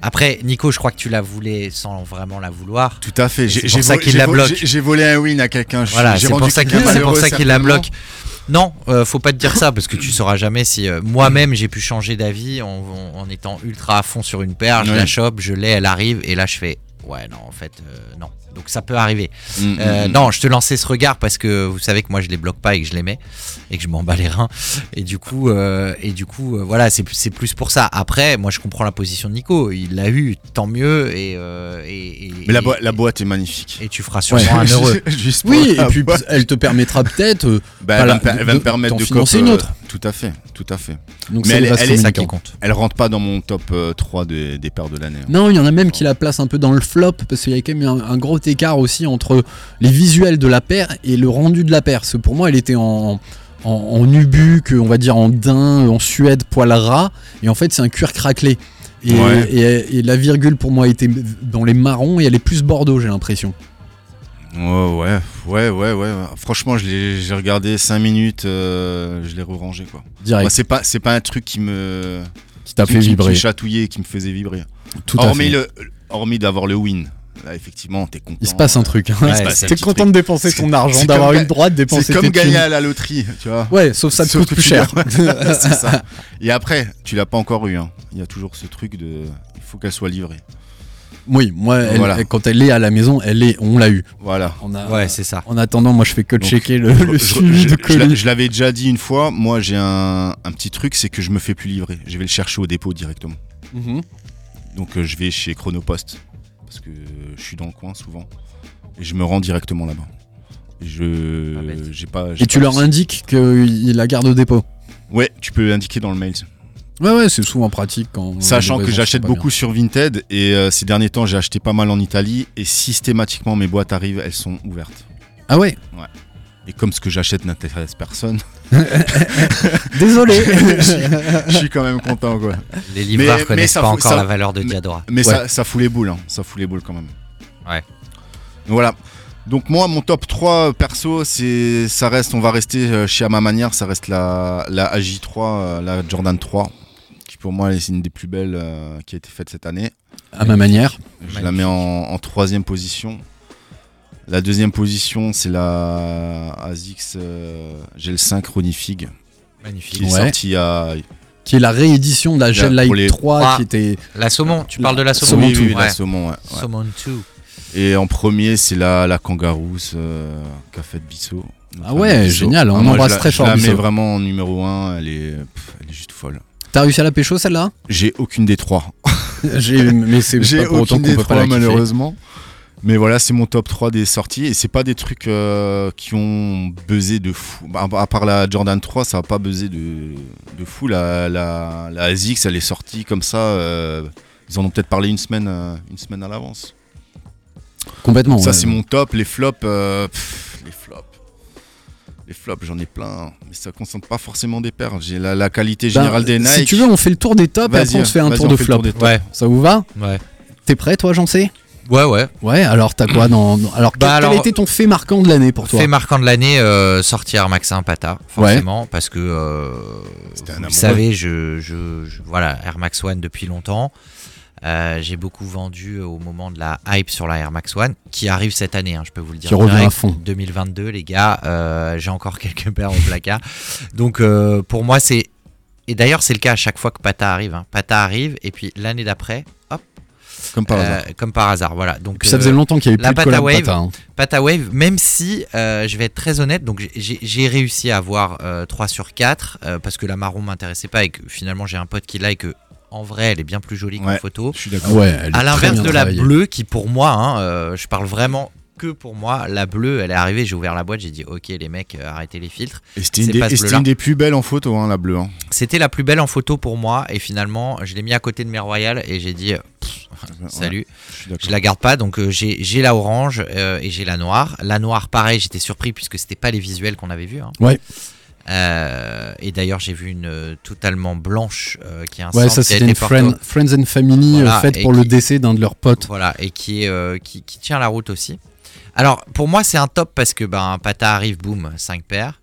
Speaker 8: après, Nico, je crois que tu la voulais sans vraiment la vouloir.
Speaker 7: Tout à fait.
Speaker 8: Et
Speaker 7: J'ai
Speaker 8: c'est
Speaker 7: j'ai
Speaker 8: pour ça
Speaker 7: vo-
Speaker 8: qu'il
Speaker 7: j'ai
Speaker 8: la
Speaker 7: vo-
Speaker 8: bloque.
Speaker 7: j'ai- J'ai volé un win à quelqu'un. Je-
Speaker 8: Voilà,
Speaker 7: j'ai
Speaker 8: c'est
Speaker 7: rendu
Speaker 8: pour ça qu'il
Speaker 7: quelqu'un
Speaker 8: c'est pour ça
Speaker 7: malheureux,
Speaker 8: qu'il la
Speaker 7: certainement.
Speaker 8: bloque. Non, euh, faut pas te dire ça parce que tu sauras jamais si euh, moi-même j'ai pu changer d'avis en, en- en étant ultra à fond sur une paire, je
Speaker 7: Ouais.
Speaker 8: la chope, je l'ai, elle arrive et là je fais ouais, non, en fait, euh, non. Donc ça peut arriver.
Speaker 7: Mm, mm,
Speaker 8: Euh,
Speaker 7: mm.
Speaker 8: non, je te lançais ce regard parce que vous savez que moi je les bloque pas et que je les mets et que je m'en bats les reins. Et du coup, euh, et du coup, euh, voilà, c'est c'est plus pour ça. Après, moi je comprends la position de Nico. Il l'a eu, tant mieux. Et, euh, et, et-
Speaker 7: Mais la, boi-
Speaker 8: et-
Speaker 7: la boîte est magnifique.
Speaker 8: Et tu feras sûrement
Speaker 7: (laughs)
Speaker 8: un heureux.
Speaker 1: (laughs)
Speaker 7: Juste pour
Speaker 1: Oui,
Speaker 7: la
Speaker 1: et puis
Speaker 7: boîte.
Speaker 1: elle te permettra peut-être. euh,
Speaker 7: Bah,
Speaker 1: pas
Speaker 7: elle, va
Speaker 1: la-
Speaker 7: me per- elle va
Speaker 1: de-
Speaker 7: me permettre
Speaker 1: d'en
Speaker 7: de
Speaker 1: financer
Speaker 7: cop,
Speaker 1: une
Speaker 7: euh,
Speaker 1: autre.
Speaker 7: Tout à fait, tout à fait.
Speaker 1: donc
Speaker 7: Mais
Speaker 1: ça
Speaker 7: elle-
Speaker 1: lui reste
Speaker 7: elle est
Speaker 1: son
Speaker 8: ça
Speaker 1: week-end.
Speaker 8: qui compte.
Speaker 7: Elle rentre pas dans mon top euh, 3 des, des paires de l'année. hein.
Speaker 1: Non, il y en a même qui la placent un peu dans le flop parce qu'il y a quand même un, un gros écart aussi entre les visuels de la paire et le rendu de la paire. Parce que pour moi, elle était en, en, en ubuque, on va dire en daim, en suède, poil ras, et en fait, c'est un cuir craquelé. Et,
Speaker 7: Ouais.
Speaker 1: et- et la virgule pour moi était dans les marrons et elle est plus bordeaux, j'ai l'impression.
Speaker 7: Ouais, Mm. Oh, ouais, ouais, ouais, ouais. Franchement, je l'ai- j'ai regardé 5 minutes, euh, je l'ai re-rangé quoi.
Speaker 1: Direct,
Speaker 7: Moi, c'est pas, c'est pas un truc qui me,
Speaker 1: qui t'a
Speaker 7: qui-
Speaker 1: Bah, fait
Speaker 7: qui- qui me
Speaker 1: vibrer.
Speaker 7: chatouillait, qui me faisait vibrer.
Speaker 1: Tout à
Speaker 7: hormis
Speaker 1: fait.
Speaker 7: le, hormis d'avoir le win. Là, effectivement, t'es content.
Speaker 1: Il se passe un truc. hein.
Speaker 7: il se passe un
Speaker 1: T'es
Speaker 7: petit
Speaker 1: content
Speaker 7: truc.
Speaker 1: de dépenser ton
Speaker 7: C'est-
Speaker 1: argent,
Speaker 7: c'est
Speaker 1: d'avoir
Speaker 7: comme
Speaker 1: une droite, dépenser
Speaker 7: C'est comme
Speaker 1: tes
Speaker 7: gagner
Speaker 1: thunes.
Speaker 7: à la loterie, tu vois.
Speaker 1: Ouais, sauf ça te
Speaker 7: Sauf
Speaker 1: coûte
Speaker 7: que
Speaker 1: plus
Speaker 7: tu
Speaker 1: cher. (laughs)
Speaker 7: l'as- (laughs) c'est ça. Et après, tu l'as pas encore eu. hein. Il y a toujours ce truc de. Il faut qu'elle soit livrée.
Speaker 1: Oui, moi, elle-
Speaker 7: Voilà.
Speaker 1: elle- quand elle est à la maison, elle est, on l'a eu.
Speaker 7: Voilà.
Speaker 1: On a-
Speaker 8: Ouais, c'est
Speaker 7: Ah.
Speaker 8: ça.
Speaker 1: En attendant, moi je fais que
Speaker 7: Donc,
Speaker 1: checker le, le
Speaker 7: Je-
Speaker 1: suivi
Speaker 7: je-
Speaker 1: de
Speaker 7: je l'a-
Speaker 1: colis.
Speaker 7: je l'avais déjà dit une fois. Moi, j'ai un, un petit truc, c'est que je me fais plus livrer. Je vais le chercher au dépôt directement.
Speaker 1: Mhm.
Speaker 7: Donc, euh, je vais chez Chronopost parce que euh, je suis dans le coin souvent et je me rends directement là-bas. Je
Speaker 8: Pas bête.
Speaker 7: j'ai pas. j'ai
Speaker 1: Et tu
Speaker 7: pas
Speaker 1: leur
Speaker 7: réussi.
Speaker 1: indiques qu'il la garde au dépôt.
Speaker 7: Ouais, tu peux l'indiquer dans le mail.
Speaker 1: Ouais, ouais, c'est souvent pratique quand.
Speaker 7: Sachant
Speaker 1: les
Speaker 7: que
Speaker 1: raisons
Speaker 7: j'achète
Speaker 1: sont pas
Speaker 7: beaucoup sur Vinted et euh, ces derniers temps j'ai acheté pas mal en Italie et systématiquement mes boîtes arrivent, elles sont ouvertes.
Speaker 1: bien. Ah ouais,
Speaker 7: Et comme ce que j'achète n'intéresse personne, (laughs)
Speaker 1: désolé.
Speaker 7: je suis quand même content quoi.
Speaker 8: Les livreurs
Speaker 7: mais
Speaker 8: connaissent
Speaker 7: ça
Speaker 8: pas
Speaker 7: faut-
Speaker 8: encore
Speaker 7: ça-
Speaker 8: la valeur de Diadora.
Speaker 7: Mais ça, ça fout les boules, hein. ça fout les boules quand même.
Speaker 8: Ouais.
Speaker 7: Voilà. Donc moi, mon top 3 perso, c'est, ça reste, on va rester euh, chez à ma manière, ça reste la, la AJ3, euh, la Jordan 3, qui pour moi est une des plus belles euh, qui a été faite cette année.
Speaker 1: à ma manière.
Speaker 7: Je la mets en, en troisième position. La deuxième position, c'est la ASICS euh, Gel 5 Ronifig, qui
Speaker 8: Magnifique.
Speaker 7: est
Speaker 1: Ouais.
Speaker 7: sortie il y a
Speaker 1: Qui est la réédition de la Gel
Speaker 7: Là, pour
Speaker 1: Light
Speaker 7: les-
Speaker 1: 3
Speaker 8: Ah.
Speaker 1: qui était.
Speaker 8: La saumon, tu parles de la saumon.
Speaker 1: Saumon
Speaker 7: oui,
Speaker 1: tout,
Speaker 7: oui, la
Speaker 8: Ouais.
Speaker 7: Saumon, ouais, ouais.
Speaker 8: Saumon 2.
Speaker 7: Et en premier, c'est la, la Kangaroos euh, qu'a faite Bissot. Notre
Speaker 1: Ah ouais,
Speaker 7: ami
Speaker 1: génial, on
Speaker 7: moi, je
Speaker 1: embrasse
Speaker 7: la-
Speaker 1: très fort
Speaker 7: Je la mets
Speaker 1: Bissot.
Speaker 7: vraiment en numéro 1, elle est, pff, elle est juste folle.
Speaker 1: T'as réussi à la pécho celle-là
Speaker 7: J'ai aucune des trois.
Speaker 1: J'ai, mais c'est pas pour autant qu'on peut pas la kiffer.
Speaker 7: malheureusement. Mais voilà, c'est mon top 3 des sorties. Et c'est pas des trucs euh, qui ont buzzé de fou. Bah, À part la Jordan 3, ça va pas buzzer de, de fou. La, la, la ASICS, elle est sortie comme ça. euh, ils en ont peut-être parlé une semaine, euh, une semaine à l'avance.
Speaker 1: Complètement.
Speaker 7: Ça,
Speaker 1: ouais.
Speaker 7: c'est mon top. Les flops, euh, pff, les flops. Les flops, j'en ai plein. Mais ça ne concentre pas forcément des paires. J'ai la, la qualité
Speaker 1: Ben,
Speaker 7: générale des Nike.
Speaker 1: Si tu veux, on fait le tour des tops et
Speaker 7: Vas-y,
Speaker 1: après on se fait un
Speaker 7: vas-y,
Speaker 1: tour
Speaker 7: on
Speaker 1: de
Speaker 7: fait le
Speaker 1: flop.
Speaker 7: tour des tops.
Speaker 8: Ouais.
Speaker 1: Ça vous va
Speaker 8: Ouais.
Speaker 1: T'es prêt, toi, j'en sais
Speaker 8: Ouais, ouais.
Speaker 1: Ouais, alors t'as quoi dans. dans- Alors,
Speaker 8: Bah,
Speaker 1: quel, quel
Speaker 8: alors-
Speaker 1: était ton fait marquant de l'année pour toi
Speaker 8: Fait marquant de l'année, euh, sortir Maxin Pata, forcément, parce que euh,
Speaker 7: C'était un
Speaker 8: vous le
Speaker 7: amoureux.
Speaker 8: savez, je, je- je- voilà, Air Max One depuis longtemps. Euh, J'ai beaucoup vendu au moment de la hype sur la Air Max One, qui arrive cette année, hein, je peux vous le dire.
Speaker 1: Qui revient
Speaker 8: direct.
Speaker 1: à fond.
Speaker 8: 2022, les gars, euh, j'ai encore (laughs) quelques paires au placard. Donc euh, pour moi, c'est. Et d'ailleurs, c'est le cas à chaque fois que Pata arrive. hein. Pata arrive, et puis l'année d'après, hop,
Speaker 7: Comme par
Speaker 8: euh,
Speaker 7: hasard.
Speaker 8: comme par hasard. Voilà. Donc,
Speaker 1: Puis ça
Speaker 8: euh,
Speaker 1: faisait longtemps qu'il n'y avait
Speaker 8: la
Speaker 1: plus de collab
Speaker 8: Bata Wave.
Speaker 1: Bata, hein.
Speaker 8: Pata Wave, même si euh, je vais être très honnête, donc j'ai- j'ai j'ai réussi à avoir euh, 3 sur 4 euh, parce que la marron m'intéressait pas et que finalement j'ai un pote qui l'a et que en vrai elle est bien plus jolie qu'en
Speaker 7: Ouais.
Speaker 8: photo.
Speaker 7: Je suis d'accord.
Speaker 1: hein. Ouais, elle est
Speaker 8: À
Speaker 1: très
Speaker 8: l'inverse
Speaker 1: bien
Speaker 8: de la
Speaker 1: travaillée.
Speaker 8: bleue qui pour moi, hein, euh, je parle vraiment que pour moi, la bleue elle est arrivée, j'ai ouvert la boîte, j'ai dit ok les mecs euh, arrêtez les filtres.
Speaker 7: Et c'était une,
Speaker 8: C'est
Speaker 7: des-
Speaker 8: pas ce
Speaker 7: et c'était
Speaker 8: bleu-là.
Speaker 7: une des plus belles en photo, hein, la bleue. hein.
Speaker 8: C'était la plus belle en photo pour moi et finalement je l'ai mis à côté de mes royales et j'ai dit euh, pff,
Speaker 7: Ouais,
Speaker 8: salut.
Speaker 7: Je suis d'accord.
Speaker 8: Je la garde pas, donc euh, j'ai j'ai la orange euh, et j'ai la noire. La noire, pareil, j'étais surpris puisque c'était pas les visuels qu'on avait vus. hein.
Speaker 1: Ouais.
Speaker 8: Euh, et d'ailleurs, j'ai vu une euh, totalement blanche euh, qui est un
Speaker 1: Ouais, ça
Speaker 8: centre qui a
Speaker 1: c'était
Speaker 8: été
Speaker 1: une
Speaker 8: porté-
Speaker 1: friend- Friends and Family
Speaker 8: Voilà,
Speaker 1: euh, faite
Speaker 8: et
Speaker 1: pour
Speaker 8: qui-
Speaker 1: le décès d'un de leurs potes.
Speaker 8: Voilà, et qui, est, euh, qui, qui tient la route aussi. Alors, pour moi, c'est un top parce que ben, Pata arrive, boum, 5 paires.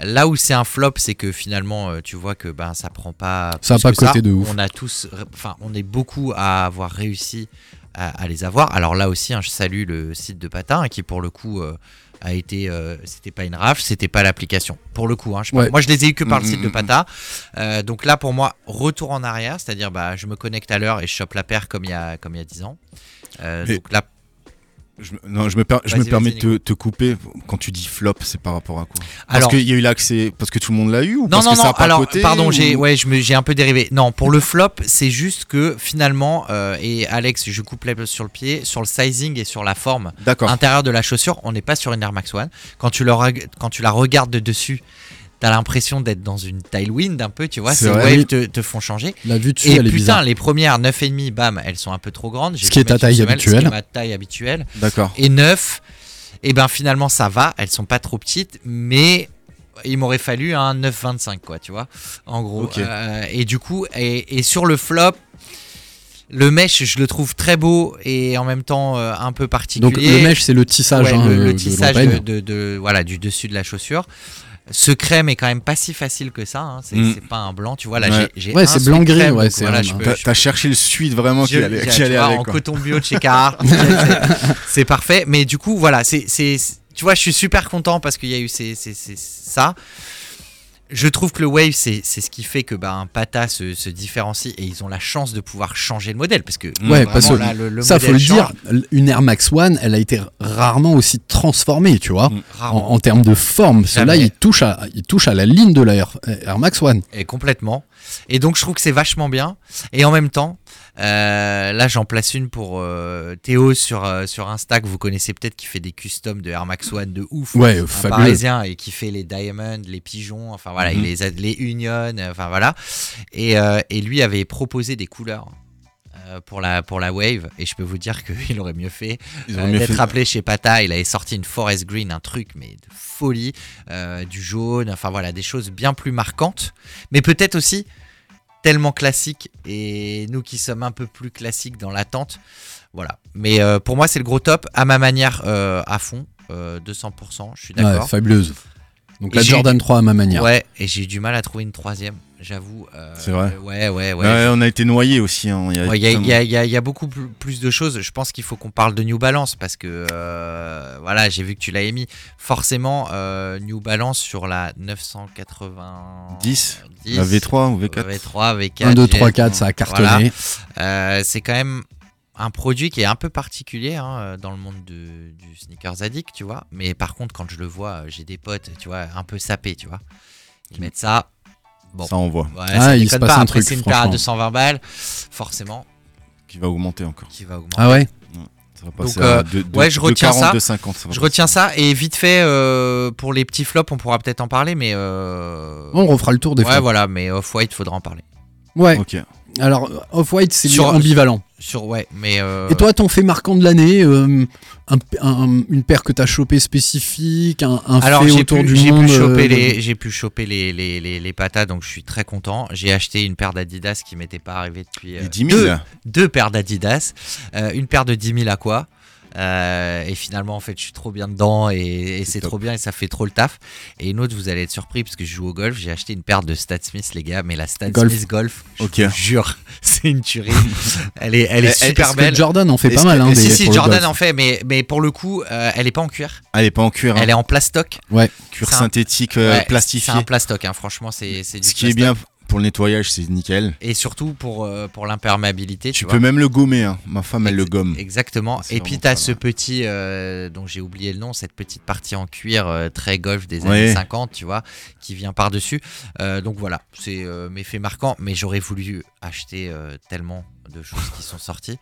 Speaker 8: Là où c'est un flop, c'est que finalement, euh, tu vois que ben, ça prend pas.
Speaker 1: Ça
Speaker 8: plus
Speaker 1: a pas
Speaker 8: que
Speaker 1: coté de ouf.
Speaker 8: On, a tous, enfin, on est beaucoup à avoir réussi à, à les avoir. Alors là aussi, hein, je salue le site de Pata hein, qui, pour le coup, euh, a été. euh, c'était pas une raf, c'était pas l'application. Pour le coup, hein, je parle-
Speaker 1: Ouais.
Speaker 8: moi, je les ai eu que par le
Speaker 7: Mm,
Speaker 8: site
Speaker 7: mm,
Speaker 8: de
Speaker 7: mm.
Speaker 8: Pata. Euh, donc là, pour moi, retour en arrière, c'est-à-dire bah, je me connecte à l'heure et je chope la paire comme il y a, comme il y a 10 ans. Euh,
Speaker 7: Mais-
Speaker 8: donc là,
Speaker 7: Je, me- non, je me, per- je
Speaker 8: Vas-y,
Speaker 7: me
Speaker 8: vas-y,
Speaker 7: permets de te,
Speaker 8: Nico.
Speaker 7: te couper. Quand tu dis flop, c'est par rapport à quoi Parce
Speaker 8: alors,
Speaker 7: qu'il y a eu l'accès, parce que tout le monde l'a eu ou
Speaker 8: non,
Speaker 7: parce
Speaker 8: non,
Speaker 7: que ça
Speaker 8: non.
Speaker 7: a pas
Speaker 8: Alors,
Speaker 7: coté,
Speaker 8: pardon,
Speaker 7: ou-
Speaker 8: j'ai, ouais, je me- j'ai un peu dérivé. Non, pour le flop, c'est juste que finalement, euh, et Alex, je coupe la sur le pied, sur le sizing et sur la forme
Speaker 7: D'accord.
Speaker 8: intérieure de la chaussure, on n'est pas sur une Air Max One. Quand tu, le reg- quand tu la regardes de dessus, t'as l'impression d'être dans une Tailwind un peu, tu vois.
Speaker 7: C'est
Speaker 8: Ces
Speaker 7: vrai.
Speaker 8: waves te, te font changer.
Speaker 1: La vue dessus,
Speaker 8: Et
Speaker 1: elle est
Speaker 8: putain,
Speaker 1: bizarre.
Speaker 8: les premières 9,5, bam, elles sont un peu trop grandes.
Speaker 1: Ce
Speaker 8: J'ai dû
Speaker 1: qui est ta
Speaker 8: mettre une
Speaker 1: taille
Speaker 8: semelle, Ce qui
Speaker 1: habituelle.
Speaker 8: est ma taille habituelle.
Speaker 7: D'accord.
Speaker 8: Et 9, et ben finalement ça va, elles sont pas trop petites, mais il m'aurait fallu un 9,25 quoi, tu vois, en gros.
Speaker 7: Ok.
Speaker 8: Euh, et du coup, et, et sur le flop, le mesh, je le trouve très beau et en même temps euh, un peu particulier.
Speaker 1: Donc le mesh, c'est le tissage.
Speaker 8: Ouais,
Speaker 1: hein,
Speaker 8: le, le
Speaker 1: de- de
Speaker 8: tissage de,
Speaker 1: l'enseigne.
Speaker 8: de- de- voilà, du dessus de la chaussure. Ce crème est quand même pas si facile que ça, hein, c'est
Speaker 7: Mm.
Speaker 8: c'est pas un blanc, tu vois. Là,
Speaker 7: Ouais.
Speaker 8: j'ai j'ai
Speaker 1: Ouais,
Speaker 8: un
Speaker 1: c'est
Speaker 8: seul
Speaker 1: blanc-gris,
Speaker 8: crème,
Speaker 1: ouais,
Speaker 8: donc
Speaker 1: c'est
Speaker 8: voilà,
Speaker 1: un-
Speaker 8: je peux-
Speaker 7: T'as
Speaker 8: Euh, je
Speaker 7: t'as cherché le suite vraiment qui
Speaker 8: je-
Speaker 7: allait,
Speaker 8: j'ai-
Speaker 7: qui
Speaker 8: tu
Speaker 7: allait
Speaker 8: vois,
Speaker 7: avec.
Speaker 8: en
Speaker 7: quoi.
Speaker 8: coton bio de chez
Speaker 7: (laughs)
Speaker 8: Carhartt. c'est- c'est parfait. Mais du coup, voilà, c'est, c'est, tu vois, je suis super content parce qu'il y a eu ces, ces- ces- ça. Je trouve que le Wave, c'est, c'est ce qui fait que bah, un Pata se, se différencie et ils ont la chance de pouvoir changer le modèle. Parce que,
Speaker 1: Ouais,
Speaker 8: vraiment,
Speaker 1: parce que
Speaker 8: là, le, le
Speaker 1: ça, faut
Speaker 8: modèle
Speaker 1: le
Speaker 8: change
Speaker 1: dire, une Air Max One, elle a été rarement aussi transformée, tu
Speaker 8: Mm.
Speaker 1: vois, en,
Speaker 8: rarement.
Speaker 1: en termes de forme. Cela,
Speaker 8: Jamais.
Speaker 1: il touche à, il touche à la ligne de la Air, Air Max One.
Speaker 8: Et complètement. Et donc je trouve que c'est vachement bien. Et en même temps, euh, là j'en place une pour euh, Théo sur, euh, sur Insta que vous connaissez peut-être qui fait des customs de Air Max One de ouf.
Speaker 1: Ouais,
Speaker 8: un
Speaker 1: fabuleux.
Speaker 8: parisien et qui fait les diamonds, les pigeons, enfin voilà,
Speaker 7: Mhm.
Speaker 8: il les, a- les unions, euh, enfin voilà. Et, euh, et lui avait proposé des couleurs. euh, Pour la, pour la wave, et je peux vous dire (laughs) qu'il aurait mieux fait
Speaker 7: Ils
Speaker 8: euh,
Speaker 7: auraient mieux
Speaker 8: d'être
Speaker 7: fait-
Speaker 8: appelé chez Pata, il avait sorti une Forest Green, un truc mais de folie, euh, du jaune, enfin voilà, des choses bien plus marquantes, mais peut-être aussi tellement classiques, et nous qui sommes un peu plus classiques dans l'attente, voilà. Mais euh, pour moi c'est le gros top, à ma manière, euh, à fond, euh, 200%, je suis
Speaker 1: Ouais,
Speaker 8: d'accord.
Speaker 1: fabuleuse. Donc
Speaker 8: Et
Speaker 1: la
Speaker 8: j'ai-
Speaker 1: Jordan 3 à ma manière.
Speaker 8: Ouais, et j'ai eu du mal à trouver une troisième, j'avoue. euh,
Speaker 7: C'est vrai.
Speaker 8: euh, Ouais, ouais, ouais.
Speaker 7: Ouais, on a été noyés aussi. hein, Il y a,
Speaker 8: Ouais, Il y, a- il
Speaker 7: tellement-
Speaker 8: y a- il y a- il y a beaucoup plus- plus de choses. Je pense qu'il faut qu'on parle de New Balance parce que euh, voilà, j'ai vu que tu l'as émis. Forcément, euh, New Balance sur la 990.
Speaker 7: 10, la V3 ou V4.
Speaker 8: V3, V4.
Speaker 1: 1, 2, 3,
Speaker 8: j'ai-
Speaker 1: 4, ça a cartonné.
Speaker 8: Voilà. Euh, c'est quand même un produit qui est un peu particulier hein, dans le monde de- du sneakers addict, tu vois. Mais par contre, quand je le vois, j'ai des potes, tu vois, un peu sapés, tu vois. Ils mettent ça. Bon.
Speaker 7: Ça on voit,
Speaker 1: Ah,
Speaker 8: Ouais, ça
Speaker 1: il
Speaker 8: déconne
Speaker 1: se passe
Speaker 8: pas.
Speaker 1: un
Speaker 8: Après,
Speaker 1: truc,
Speaker 8: c'est une paire à
Speaker 1: franchement.
Speaker 8: 220 balles, forcément,
Speaker 7: qui va augmenter encore.
Speaker 8: qui va augmenter.
Speaker 1: Ah ouais
Speaker 7: Ça va passer
Speaker 8: Donc,
Speaker 7: à
Speaker 8: euh,
Speaker 7: deux- deux-
Speaker 8: ouais, je
Speaker 7: deux
Speaker 8: retiens
Speaker 7: 40,
Speaker 8: ça.
Speaker 7: deux 50, ça va
Speaker 8: Je
Speaker 7: passer.
Speaker 8: retiens ça et vite fait euh, pour les petits flops, on pourra peut-être en parler, mais euh,
Speaker 1: On refera le tour des
Speaker 8: ouais,
Speaker 1: fois.
Speaker 8: voilà, mais off white faudra en parler.
Speaker 1: Ouais.
Speaker 7: Ok.
Speaker 1: Alors, euh, Off-White, c'est
Speaker 8: Sur-
Speaker 1: ambivalent.
Speaker 8: Sur ouais, mais euh,
Speaker 1: Et toi, ton fait marquant de l'année euh, un- un- Une paire que t'as chopé spécifique Un, un
Speaker 8: alors
Speaker 1: fait
Speaker 8: j'ai
Speaker 1: autour
Speaker 8: pu,
Speaker 1: du
Speaker 8: j'ai pu
Speaker 1: monde
Speaker 8: choper
Speaker 1: euh,
Speaker 8: les, j'ai pu choper les les, les, les patas, donc je suis très content. J'ai acheté une paire d'Adidas qui m'était pas arrivée depuis euh,
Speaker 7: Les 10 000
Speaker 8: deux,
Speaker 7: là.
Speaker 8: deux paires d'Adidas, euh, une paire de 10 000 à quoi. Euh, et finalement, en fait, je suis trop bien dedans et, et
Speaker 7: C'est
Speaker 8: c'est
Speaker 7: top.
Speaker 8: trop bien et ça fait trop le taf. Et une autre, vous allez être surpris parce que je joue au golf. J'ai acheté une paire de Statsmith, les gars, mais la
Speaker 1: Golf.
Speaker 8: Statsmith Golf, je (laughs)
Speaker 7: Ok.
Speaker 8: vous jure, c'est une tuerie. elle est, elle est
Speaker 7: Eh, eh,
Speaker 8: super
Speaker 1: parce que
Speaker 8: belle.
Speaker 1: Jordan en fait
Speaker 7: Est-ce
Speaker 1: pas mal.
Speaker 7: que-
Speaker 1: hein,
Speaker 7: si,
Speaker 1: des-
Speaker 8: Eh, Si, si,
Speaker 1: pour le
Speaker 8: Jordan
Speaker 1: golf.
Speaker 8: en fait, mais, mais pour le coup, euh, elle est pas en cuir.
Speaker 7: Elle est pas en cuir, hein.
Speaker 8: Elle est en plastoc.
Speaker 1: Ouais.
Speaker 7: cuir
Speaker 8: c'est un-
Speaker 7: synthétique euh,
Speaker 8: Ouais,
Speaker 7: plastifié.
Speaker 8: C'est un plastoc, hein, franchement, c'est c'est du
Speaker 7: Ce qui est
Speaker 8: plastoc.
Speaker 7: bien pour le nettoyage, c'est nickel.
Speaker 8: Et surtout pour, euh, pour l'imperméabilité.
Speaker 7: Tu
Speaker 8: Tu,
Speaker 7: peux
Speaker 8: vois.
Speaker 7: même le gommer, hein. ma femme elle le
Speaker 8: Ex-
Speaker 7: gomme.
Speaker 8: Exactement.
Speaker 7: C'est
Speaker 8: Et puis
Speaker 7: vraiment
Speaker 8: t'as
Speaker 7: pas
Speaker 8: ce
Speaker 7: mal.
Speaker 8: petit, euh, dont j'ai oublié le nom, cette petite partie en cuir euh, très golf des
Speaker 7: Ouais.
Speaker 8: années 50, tu vois, qui vient par-dessus. Euh, donc voilà, c'est euh, mes faits marquants, mais j'aurais voulu acheter euh, tellement de choses qui sont sorties.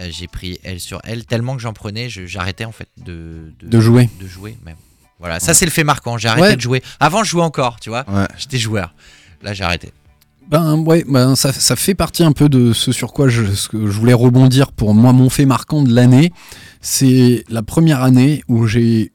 Speaker 8: Euh, j'ai pris elle sur elle, tellement que j'en prenais, je- j'arrêtais en fait de,
Speaker 1: De jouer.
Speaker 8: De jouer même. Voilà, ça c'est le fait marquant, j'ai arrêté
Speaker 1: Ouais.
Speaker 8: de jouer. Avant je jouais encore, tu vois,
Speaker 7: Ouais.
Speaker 8: j'étais joueur. Là j'ai arrêté.
Speaker 1: Ben ouais, ben, ça, ça fait partie un peu de ce sur quoi je, ce que je voulais rebondir pour moi. Mon fait marquant de l'année, c'est la première année où j'ai.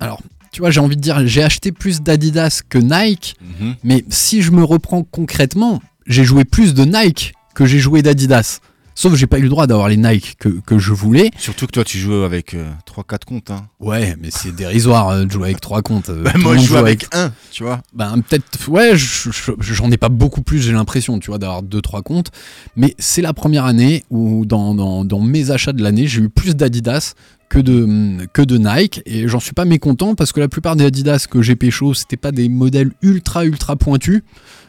Speaker 1: Alors, tu vois, j'ai envie de dire, j'ai acheté plus d'Adidas que Nike,
Speaker 7: Mhm.
Speaker 1: mais si je me reprends concrètement, j'ai joué plus de Nike que j'ai joué d'Adidas. Sauf que j'ai pas eu le droit d'avoir les Nike que, que je voulais.
Speaker 7: Surtout que toi tu joues avec 3-4 comptes. Hein.
Speaker 1: Ouais, mais c'est dérisoire euh, de jouer avec trois comptes. Euh,
Speaker 7: Bah,
Speaker 1: tout le
Speaker 7: moi je
Speaker 1: monde
Speaker 7: joue
Speaker 1: joue
Speaker 7: avec un, tu vois.
Speaker 1: ben peut-être ouais je- je- je- j'en ai pas beaucoup plus j'ai l'impression tu vois d'avoir deux trois comptes mais c'est la première année où dans, dans, dans mes achats de l'année j'ai eu plus d'Adidas que de, que de Nike. Et j'en suis pas mécontent parce que la plupart des Adidas que j'ai pécho, c'était pas des modèles ultra ultra pointus.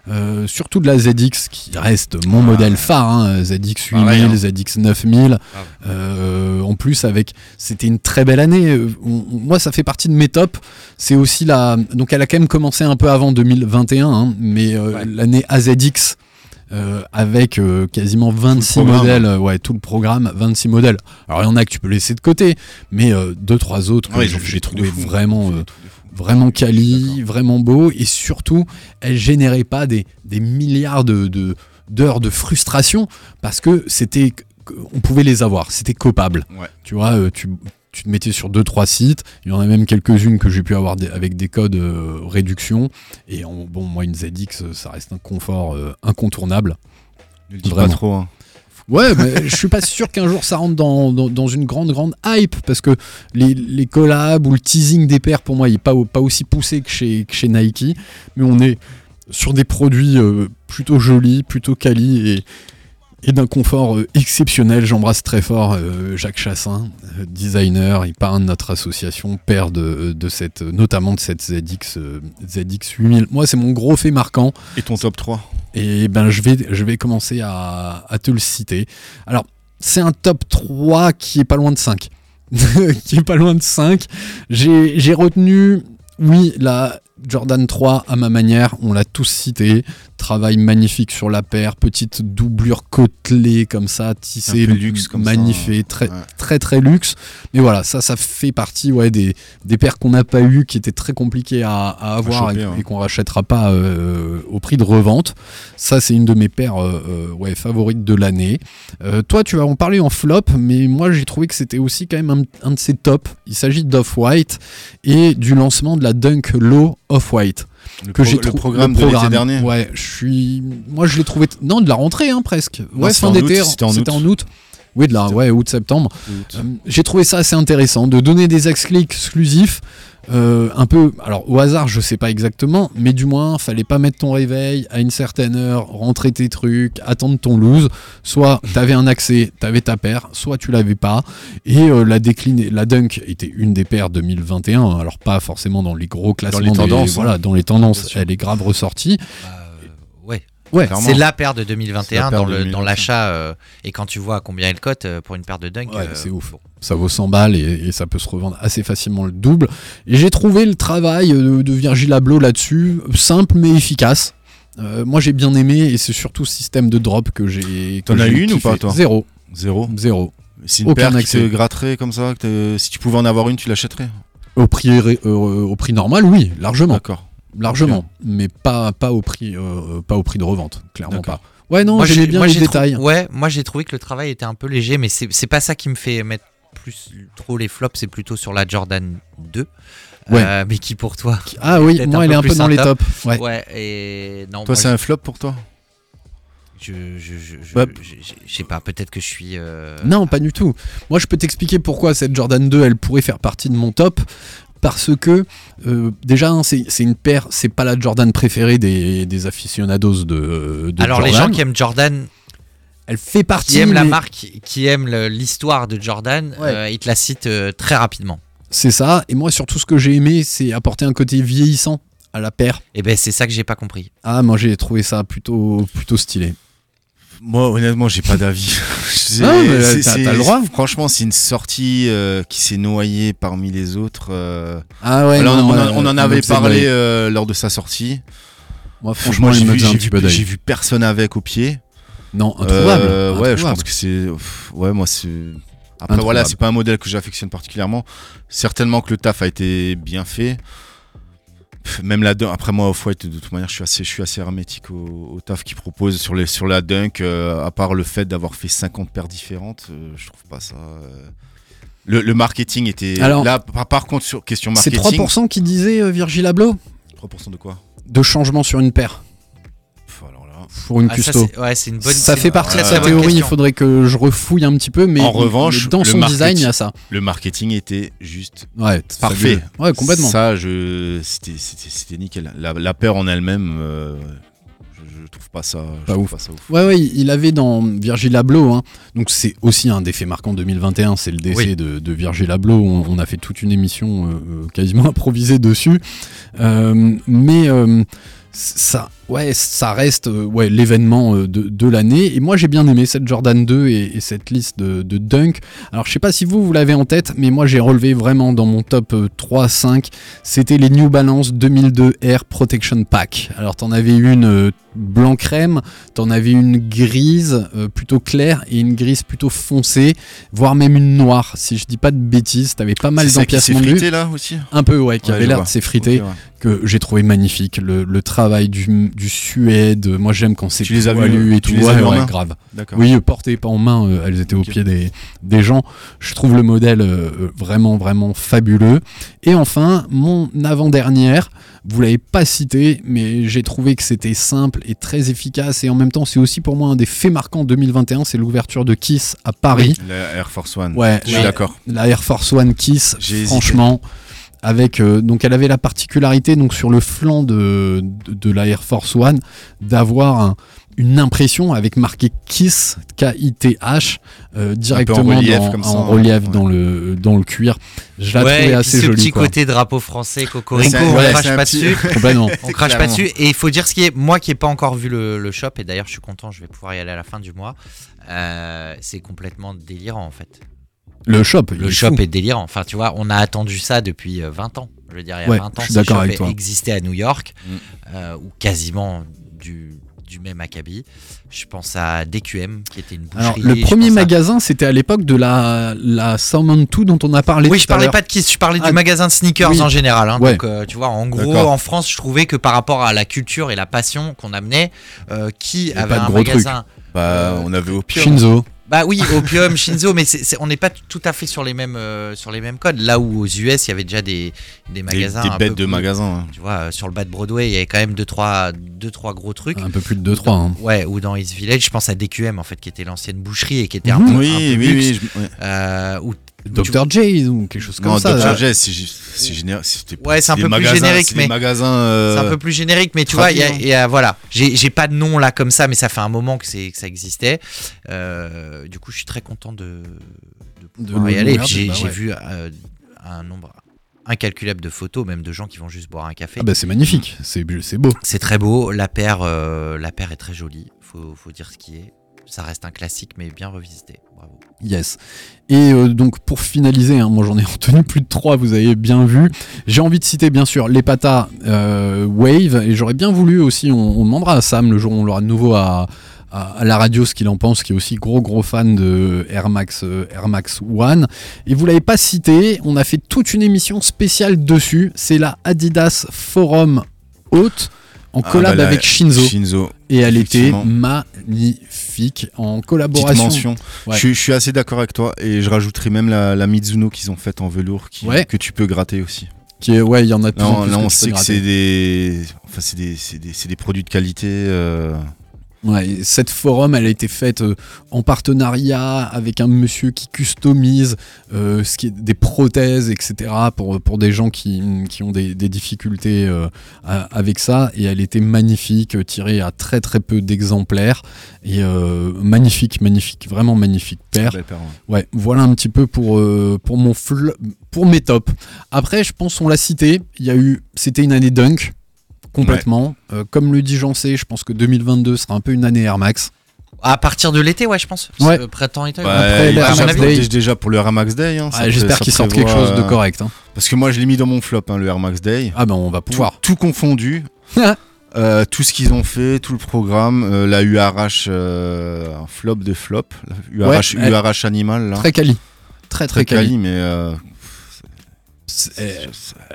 Speaker 1: Euh, surtout de la ZX qui reste mon modèle phare, hein, ZX 8000,
Speaker 7: Pareil, hein.
Speaker 1: ZX 9000. Euh, en plus, avec, c'était une très belle année. Euh, on- on- moi, ça fait partie de mes tops. C'est aussi la, donc elle a quand même commencé un peu avant 2021, hein, mais euh,
Speaker 7: Ouais.
Speaker 1: l'année AZX. euh, avec euh, quasiment 26
Speaker 7: programme.
Speaker 1: modèles, euh, ouais, tout le programme, 26 modèles. Alors il y en a que tu peux laisser de côté, mais euh, deux trois autres que
Speaker 7: Ouais, ils
Speaker 1: j'ai-
Speaker 7: ont fait
Speaker 1: j'ai
Speaker 7: des trucs de
Speaker 1: trouvé
Speaker 7: fou.
Speaker 1: vraiment
Speaker 7: Ils ont fait
Speaker 1: euh,
Speaker 7: des trucs de fou.
Speaker 1: vraiment quali,
Speaker 7: D'accord.
Speaker 1: vraiment beau, et surtout, elle générait pas des, des milliards de, de- d'heures de frustration parce que c'était, on pouvait les avoir, c'était copable.
Speaker 7: Ouais.
Speaker 1: Tu vois, euh, tu, tu te mettais sur deux trois sites, il y en a même quelques-unes que j'ai pu avoir des- avec des codes euh, réduction, et en- bon, moi une ZX, ça reste un confort euh, incontournable.
Speaker 7: Ne le dis pas
Speaker 1: Vraiment.
Speaker 7: trop. hein.
Speaker 1: Ouais, mais je suis pas sûr qu'un jour ça rentre dans, dans, dans une grande, grande hype parce que les, les collabs ou le teasing des pairs, pour moi, il est pas, au- pas aussi poussé que chez, que chez Nike. Mais on est sur des produits euh, plutôt jolis, plutôt quali et, et d'un confort euh, exceptionnel. J'embrasse très fort euh, Jacques Chassin, euh, designer et parrain de notre association, père de, de cette, notamment de cette ZX, euh, ZX 8000. Moi, c'est mon gros fait marquant.
Speaker 7: Et ton top 3
Speaker 1: Et ben je vais, je vais commencer à, à te le citer. Alors, c'est un top 3 qui est pas loin de 5. (laughs) qui est pas loin de 5. J'ai j'ai retenu, oui, la Jordan 3 à ma manière, on l'a tous cité. Travail magnifique sur la paire, petite doublure côtelée comme ça, tissée,
Speaker 7: Un peu luxe comme ça.
Speaker 1: magnifiée, très,
Speaker 7: Ouais.
Speaker 1: très très luxe. Mais voilà, ça, ça fait partie ouais, des, des paires qu'on n'a pas eues, qui étaient très compliquées à, à avoir
Speaker 7: choper,
Speaker 1: et,
Speaker 7: ouais.
Speaker 1: et qu'on rachètera pas euh, au prix de revente. Ça, c'est une de mes paires euh, euh, ouais, favorites de l'année. Euh, toi, tu vas en parler en flop, mais moi, j'ai trouvé que c'était aussi quand même un, un de ses tops. Il s'agit d'Off-White et du lancement de la Dunk Low Off-White.
Speaker 7: Le,
Speaker 1: Que j'ai
Speaker 7: pro- le
Speaker 1: trou-
Speaker 7: programme
Speaker 1: le
Speaker 7: de l'été
Speaker 1: programme.
Speaker 7: dernier.
Speaker 1: Ouais, je suis. Moi, je l'ai trouvé. t- Non, de la rentrée, hein, presque.
Speaker 7: Non,
Speaker 1: Ouais,
Speaker 7: c'était
Speaker 1: fin
Speaker 7: en
Speaker 1: d'été. hein.
Speaker 7: août, c'était en août.
Speaker 1: Oui, de la, ouais, août-septembre. Euh, J'ai trouvé ça assez intéressant de donner des accès exclusifs. euh, un peu, alors au hasard, je sais pas exactement, mais du moins, fallait pas mettre ton réveil à une certaine heure, rentrer tes trucs, attendre ton loose. Soit t'avais un accès, t'avais ta paire, soit tu l'avais pas. Et euh, la déclinée, la dunk était une des paires 2021. hein, Alors pas forcément dans les gros classements, des-
Speaker 7: tendances, hein.
Speaker 1: voilà, dans les tendances, elle est grave ressortie.
Speaker 8: Bah, euh, Ouais.
Speaker 1: Ouais,
Speaker 7: Clairement.
Speaker 8: C'est la paire de
Speaker 7: C'est la
Speaker 8: 2021
Speaker 7: paire
Speaker 8: dans
Speaker 7: de
Speaker 8: le-
Speaker 7: 2021.
Speaker 8: dans l'achat. euh, et quand tu vois à combien elle cote euh, pour une paire de dunk,
Speaker 1: Ouais, c'est ouf.
Speaker 8: bon.
Speaker 1: ça vaut 100 balles et, et ça peut se revendre assez facilement le double. Et j'ai trouvé le travail de, de Virgil Abloh là-dessus simple mais efficace. Euh, moi j'ai bien aimé et c'est surtout ce système de drop que j'ai. que
Speaker 7: T'en as
Speaker 1: j'ai
Speaker 7: eu une ou
Speaker 1: kiffé.
Speaker 7: pas, toi
Speaker 1: Zéro,
Speaker 7: Zéro.
Speaker 1: zéro.
Speaker 7: C'est une
Speaker 1: Aucun
Speaker 7: paire qui
Speaker 1: accès.
Speaker 7: te gratterait comme ça. que t'es- si tu pouvais en avoir une, tu l'achèterais.
Speaker 1: Au prix, ré- euh, au prix normal, oui, largement,
Speaker 7: D'accord.
Speaker 1: largement, mais pas pas au prix, euh, pas au prix de revente, clairement pas.
Speaker 7: D'accord.
Speaker 1: Ouais non,
Speaker 8: Moi,
Speaker 1: j'aimais
Speaker 8: j'ai-
Speaker 1: bien
Speaker 8: moi,
Speaker 1: les
Speaker 8: j'ai trou-
Speaker 1: détails.
Speaker 8: ouais, moi j'ai trouvé que le travail était un peu léger, mais c'est c'est pas ça qui me fait mettre plus trop les flops, c'est plutôt sur la Jordan 2.
Speaker 1: Ouais.
Speaker 8: Euh, mais qui pour toi
Speaker 1: Ah oui,
Speaker 8: Peut-être
Speaker 1: moi
Speaker 8: un
Speaker 1: elle
Speaker 8: peu
Speaker 1: est un peu
Speaker 8: plus
Speaker 1: dans
Speaker 8: un
Speaker 1: les
Speaker 8: top.
Speaker 1: tops. Ouais.
Speaker 8: Ouais, et non, moi,
Speaker 7: Toi, c'est un flop pour toi
Speaker 8: je, je, je, je-
Speaker 7: Bah,
Speaker 8: je- je- je sais pas, peut-être que je suis. euh,
Speaker 1: Non, pas du tout. Moi, je peux t'expliquer pourquoi cette Jordan 2, elle pourrait faire partie de mon top. Parce que, euh, déjà, hein, c'est c'est une paire, c'est pas la Jordan préférée des, des aficionados de, de
Speaker 8: Alors, les gens
Speaker 1: Jordan.
Speaker 8: qui aiment Jordan,
Speaker 1: Elle fait partie.
Speaker 8: qui aiment la
Speaker 1: mais-
Speaker 8: marque, qui aiment le- l'histoire de Jordan,
Speaker 1: Ouais.
Speaker 8: euh, ils te la citent euh, très rapidement.
Speaker 1: C'est ça. Et moi, surtout, ce que j'ai aimé, c'est apporter un côté vieillissant à la paire.
Speaker 8: Et ben c'est ça que j'ai pas compris.
Speaker 1: Ah, moi, j'ai trouvé ça plutôt, plutôt stylé.
Speaker 7: Moi, honnêtement, j'ai pas d'avis. (laughs) C'est-
Speaker 1: Non, mais
Speaker 7: c'est-
Speaker 1: t'as-
Speaker 7: c'est-
Speaker 1: t'as le droit.
Speaker 7: Franchement, c'est une sortie euh, qui s'est noyée parmi les autres. euh.
Speaker 1: Ah ouais,
Speaker 7: Alors,
Speaker 1: non,
Speaker 7: on,
Speaker 1: moi,
Speaker 7: en- on en
Speaker 1: euh,
Speaker 7: avait
Speaker 1: donc, c'est
Speaker 7: parlé
Speaker 1: vrai.
Speaker 7: euh, lors de sa sortie.
Speaker 1: Moi,
Speaker 7: Franchement,
Speaker 1: franchement,
Speaker 7: j'ai
Speaker 1: il me
Speaker 7: vu,
Speaker 1: faisait un
Speaker 7: j'ai
Speaker 1: petit peu
Speaker 7: vu, j'ai
Speaker 1: d'œil.
Speaker 7: vu personne avec au pied.
Speaker 1: Non, introuvable.
Speaker 7: Euh, ouais, je
Speaker 1: introuvable.
Speaker 7: pense que c'est. pff, Ouais, moi, c'est. Après,
Speaker 1: Introuvable.
Speaker 7: voilà, c'est pas un modèle que j'affectionne particulièrement. Certainement que le taf a été bien fait. Pff, Même la dunk. Après, moi, Off-White, de toute manière, je suis assez, je suis assez hermétique au, au taf qu'ils proposent sur, les, sur la dunk. euh, à part le fait d'avoir fait 50 paires différentes, euh, je trouve pas ça. euh, Le, le marketing était.
Speaker 1: Alors,
Speaker 7: là, par, par contre, sur question
Speaker 1: C'est
Speaker 7: marketing.
Speaker 1: 3% qui disait euh, Virgil Abloh
Speaker 7: 3% de quoi
Speaker 1: de changement sur une paire
Speaker 7: Pff, alors là.
Speaker 1: pour une
Speaker 8: Ah, ça,
Speaker 1: custo.
Speaker 8: c'est- ouais, c'est une bonne.
Speaker 1: ça
Speaker 8: c'est
Speaker 1: fait
Speaker 8: une
Speaker 1: partie
Speaker 8: très,
Speaker 1: de
Speaker 8: très
Speaker 1: sa
Speaker 8: bonne
Speaker 1: théorie, il
Speaker 8: question.
Speaker 1: faudrait que je refouille un petit peu, mais
Speaker 7: En revanche,
Speaker 1: dans
Speaker 7: le
Speaker 1: son design, il y a
Speaker 7: marketing-
Speaker 1: ça.
Speaker 7: Le marketing était juste
Speaker 1: Ouais,
Speaker 7: Parfait.
Speaker 1: fabuleux. Ouais, complètement.
Speaker 7: Ça, je, c'était, c'était, c'était nickel. La, la peur en elle-même, euh, je, je je trouve pas ça, je
Speaker 1: Pas
Speaker 7: trouve
Speaker 1: ouf.
Speaker 7: pas ça ouf.
Speaker 1: Ouais, ouais, il avait dans Virgil Abloh, hein. donc c'est aussi un des faits marquants 2021, c'est le décès
Speaker 8: Oui.
Speaker 1: de, de Virgil Abloh. On, on a fait toute une émission euh, euh, quasiment (laughs) improvisée dessus, Euh, mais euh, ça, ouais, ça reste euh, ouais l'événement euh, de, de l'année. Et moi, j'ai bien aimé cette Jordan 2 et, et cette liste de, de dunk. Alors, je sais pas si vous vous l'avez en tête, mais moi, j'ai relevé vraiment dans mon top 3-5 c'était les New Balance 2002 Air Protection Pack. Alors t'en avais une euh, blanc crème, t'en avais une grise euh, plutôt claire et une grise plutôt foncée, voire même une noire. Si je dis pas de bêtises, t'avais pas mal
Speaker 7: C'est ça qui s'est
Speaker 1: d'empiècements de vue.
Speaker 7: frité là aussi.
Speaker 1: Un peu ouais, qui
Speaker 7: Ouais,
Speaker 1: avait
Speaker 7: je
Speaker 1: l'air
Speaker 7: vois.
Speaker 1: de s'effriter,
Speaker 7: Ok, ouais.
Speaker 1: que j'ai trouvé magnifique. Le, le travail du, du Suède, moi j'aime quand c'est
Speaker 7: Tu les as vues,
Speaker 1: poilu et
Speaker 7: tu
Speaker 1: tout.
Speaker 7: les as
Speaker 1: Ouais,
Speaker 7: vues en
Speaker 1: ouais,
Speaker 7: main
Speaker 1: grave.
Speaker 7: D'accord.
Speaker 1: Oui, euh, portées pas en main, euh, elles étaient
Speaker 7: Ok.
Speaker 1: au pied des, des gens. Je trouve le modèle euh, euh, vraiment, vraiment fabuleux. Et enfin, mon avant-dernière, vous l'avez pas cité, mais j'ai trouvé que c'était simple et très efficace. Et en même temps, c'est aussi pour moi un des faits marquants 2021, c'est l'ouverture de Kiss à Paris.
Speaker 7: La Air Force One.
Speaker 1: Ouais,
Speaker 7: Je suis
Speaker 1: la-
Speaker 7: d'accord.
Speaker 1: la Air Force One Kiss,
Speaker 7: J'ai hésité.
Speaker 1: franchement. Avec, euh, donc elle avait la particularité donc sur le flanc de, de, de la Air Force One d'avoir un- une impression avec marqué Kiss K-I-T-H euh, directement
Speaker 7: relief,
Speaker 1: dans-
Speaker 7: comme ça,
Speaker 1: en
Speaker 7: ouais.
Speaker 1: relief
Speaker 7: Ouais.
Speaker 1: dans le dans le cuir. Je la
Speaker 8: ouais, et
Speaker 1: trouvais
Speaker 8: puis
Speaker 1: assez
Speaker 8: ce
Speaker 1: jolie
Speaker 8: petit
Speaker 1: quoi.
Speaker 8: côté drapeau français, Cocorico,
Speaker 7: C'est un-
Speaker 8: on
Speaker 7: ouais, c'est
Speaker 8: crache
Speaker 7: un
Speaker 8: pas
Speaker 7: petit-
Speaker 8: dessus.
Speaker 1: Complètement.
Speaker 7: (laughs)
Speaker 8: On crache
Speaker 7: Clairement.
Speaker 8: pas dessus. Et il faut dire ce qui est, moi qui n'ai pas encore vu le, le shop, et d'ailleurs je suis content, je vais pouvoir y aller à la fin du mois, euh, c'est complètement délirant en fait.
Speaker 1: Le shop. il
Speaker 8: Le
Speaker 1: est
Speaker 8: shop
Speaker 1: fou.
Speaker 8: est délirant. Enfin, tu vois, on a attendu ça depuis euh, 20 ans. Je veux dire, il y a
Speaker 1: Ouais,
Speaker 8: 20 ans,
Speaker 1: je suis
Speaker 8: ce
Speaker 1: d'accord
Speaker 8: shop
Speaker 1: avec toi.
Speaker 8: existait à New York,
Speaker 7: Mm.
Speaker 8: euh, ou quasiment du, du même acabit. Je pense à DQM, qui était une boucherie.
Speaker 1: Alors le
Speaker 8: je
Speaker 1: premier
Speaker 8: pense à-
Speaker 1: magasin c'était à l'époque de la la Salmon 2 dont on a parlé.
Speaker 8: Oui,
Speaker 1: tout
Speaker 8: je
Speaker 1: à
Speaker 8: parlais
Speaker 1: l'heure.
Speaker 8: pas de Kiss, je parlais
Speaker 1: Ah,
Speaker 8: du magasin de sneakers
Speaker 1: oui.
Speaker 8: en général. hein.
Speaker 1: Ouais.
Speaker 8: Donc, euh, tu vois, en gros,
Speaker 7: D'accord.
Speaker 8: en France, je trouvais que par rapport à la culture et la passion qu'on amenait, euh, qui
Speaker 1: y a
Speaker 8: avait
Speaker 1: pas de
Speaker 8: un
Speaker 1: gros
Speaker 8: magasin. Euh,
Speaker 7: Bah, on avait au pire.
Speaker 1: Shinzo.
Speaker 8: Bah oui, Opium, Shinzo, mais c'est- c'est- on n'est pas tout à fait sur les mêmes euh, sur les mêmes codes. Là où aux US, il y avait déjà des, des
Speaker 7: Des,
Speaker 8: magasins.
Speaker 7: des
Speaker 8: un
Speaker 7: bêtes
Speaker 8: peu
Speaker 7: de
Speaker 8: plus-
Speaker 7: magasins. hein.
Speaker 8: Tu vois, euh, sur le bas de Broadway, il y avait quand même deux trois deux trois gros trucs.
Speaker 1: Un peu plus de 2-3. hein.
Speaker 8: Ouais, ou dans East Village, je pense à DQM en fait, qui était l'ancienne boucherie et qui était un peu,
Speaker 7: hein.
Speaker 8: un
Speaker 7: Oui,
Speaker 8: peu
Speaker 7: oui,
Speaker 8: luxe,
Speaker 7: oui. je- ouais.
Speaker 8: euh, où tu-
Speaker 1: Dr. J ou quelque chose comme
Speaker 7: Non,
Speaker 1: ça. là.
Speaker 7: Dr. Jess, c'est gé- c'est générique. c'était-
Speaker 8: Ouais, c'est un
Speaker 7: des
Speaker 8: peu plus
Speaker 7: magasins-
Speaker 8: générique,
Speaker 7: c'est
Speaker 8: mais-
Speaker 7: Des magasins. euh,
Speaker 8: C'est un peu plus générique, mais tu vois, il y a,
Speaker 7: Traduit,
Speaker 8: il y a- voilà, j'ai j'ai pas de nom là comme ça, mais ça fait un moment que, c'est- que ça existait. Euh, du coup, je suis très content de, de pouvoir
Speaker 1: le
Speaker 8: y aller. Et puis,
Speaker 1: regarder,
Speaker 8: J'ai
Speaker 1: bah
Speaker 8: j'ai
Speaker 1: ouais.
Speaker 8: vu euh, un nombre incalculable de photos, même de gens qui vont juste boire un café.
Speaker 1: Ah bah c'est magnifique, c'est c'est beau.
Speaker 8: C'est très beau, la paire, euh, la paire est très jolie, faut, faut dire ce qui est. Ça reste un classique, mais bien revisité. Bravo.
Speaker 1: Yes. Et euh, donc pour finaliser, hein, moi j'en ai (laughs) retenu plus de trois, vous avez bien vu. J'ai envie de citer bien sûr les patas euh, Wave, et j'aurais bien voulu aussi, on, on demandera à Sam le jour où on l'aura de nouveau à, à- à la radio ce qu'il en pense, qui est aussi gros gros fan de Air Max, euh, Air Max One. Et vous l'avez pas cité, on a fait toute une émission spéciale dessus, c'est la Adidas Forum Haute en
Speaker 7: Ah,
Speaker 1: collab
Speaker 7: bah, la-
Speaker 1: avec Shinzo.
Speaker 7: Shinzo.
Speaker 1: et elle était
Speaker 7: Effectivement.
Speaker 1: magnifique en
Speaker 7: Petite
Speaker 1: collaboration.
Speaker 7: mention.
Speaker 1: Ouais.
Speaker 7: Je, suis- je suis assez d'accord avec toi et je rajouterai même la, la Mizuno qu'ils ont faite en velours qui-
Speaker 1: Ouais.
Speaker 7: que tu peux gratter aussi.
Speaker 1: Qui est, ouais, il y en a de plus
Speaker 7: Là,
Speaker 1: en
Speaker 7: on,
Speaker 1: plus
Speaker 7: là,
Speaker 1: que tu
Speaker 7: on
Speaker 1: peux
Speaker 7: sait que
Speaker 1: gratter.
Speaker 7: c'est des, enfin, c'est des, c'est des, c'est des produits de qualité. euh,
Speaker 1: Ouais, et cette forum, elle a été faite euh, en partenariat avec un monsieur qui customise euh, ce qui est des prothèses, etc. pour, pour des gens qui, qui ont des, des difficultés euh, à- avec ça. Et elle était magnifique, euh, tirée à très très peu d'exemplaires. Et euh, magnifique, magnifique, vraiment magnifique paire.
Speaker 7: belles paires, ouais.
Speaker 1: Ouais, voilà un petit peu pour, euh, pour, mon fl- pour mes tops. Après, je pense on l'a cité, il y a eu, c'était une année dunk, complètement. Euh, comme le dit Jancé, je pense que 2022 sera un peu une année Air Max.
Speaker 7: Ah,
Speaker 8: À partir de l'été, ouais, je pense.
Speaker 1: Ouais.
Speaker 8: Ce Printemps et
Speaker 7: Bah,
Speaker 1: après,
Speaker 7: il
Speaker 1: le
Speaker 7: est déjà,
Speaker 1: Ramax
Speaker 7: protège
Speaker 1: Day.
Speaker 7: déjà pour le Air Max Day. hein, ça
Speaker 1: Ah,
Speaker 7: pré-
Speaker 1: J'espère
Speaker 7: ça
Speaker 1: qu'ils sortent quelque
Speaker 7: prévoit,
Speaker 1: chose de
Speaker 7: euh,
Speaker 1: correct. hein.
Speaker 7: Parce que moi, je l'ai mis dans mon flop, hein, le Air Max Day.
Speaker 1: Ah ben on va
Speaker 7: Tout,
Speaker 1: pouvoir. (laughs)
Speaker 7: tout confondu. euh, tout ce qu'ils ont fait, tout le programme, euh, la URH, euh, un flop de flop, la URH,
Speaker 1: Ouais, elle-
Speaker 7: URH animal, là.
Speaker 1: Très quali. Très très, quali.
Speaker 7: quali, mais euh,
Speaker 1: C'est-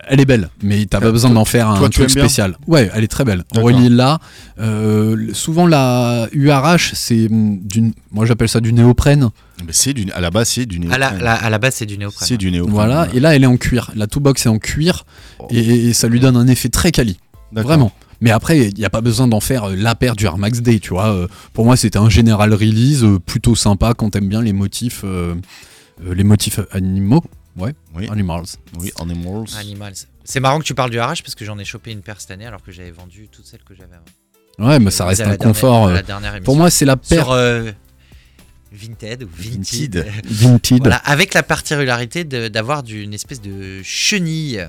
Speaker 1: Elle est belle, mais t'as pas besoin d'en faire un
Speaker 7: Euh, toi, tu
Speaker 1: truc
Speaker 7: aimes bien
Speaker 1: spécial. Ouais, elle est très belle.
Speaker 7: D'accord.
Speaker 1: Aurélie là. Euh, souvent la URH, c'est hum, d'une, moi j'appelle ça du néoprène.
Speaker 7: mais c'est du, à la base c'est du néoprène.
Speaker 8: À la, la- à la base, c'est du néoprène. hein.
Speaker 7: C'est du néoprène.
Speaker 1: Voilà, et là elle est en cuir. La two box est en cuir et, et ça lui donne un effet très quali,
Speaker 7: D'accord.
Speaker 1: vraiment. Mais après, il n'y a pas besoin d'en faire euh, la paire du Air Max Day, tu vois. Euh, Pour moi, c'était un général release euh, plutôt sympa quand t'aimes bien les motifs, euh, euh, les motifs animaux,
Speaker 7: Oui,
Speaker 1: animals.
Speaker 7: oui, animals.
Speaker 8: Animals. C'est marrant que tu parles du Arrache parce que j'en ai chopé une paire cette année alors que j'avais vendu toutes celles que j'avais avant.
Speaker 1: Ouais, mais ça
Speaker 8: Euh,
Speaker 1: reste
Speaker 8: à la
Speaker 1: un confort.
Speaker 8: dernière- à
Speaker 1: euh,
Speaker 8: la dernière
Speaker 1: Pour
Speaker 8: émission.
Speaker 1: moi, c'est la
Speaker 8: sur
Speaker 1: paire
Speaker 8: euh, Vinted ou Vinted. (laughs)
Speaker 7: Vinted.
Speaker 1: Vinted.
Speaker 8: Voilà, avec la particularité de- d'avoir du- une espèce de chenille.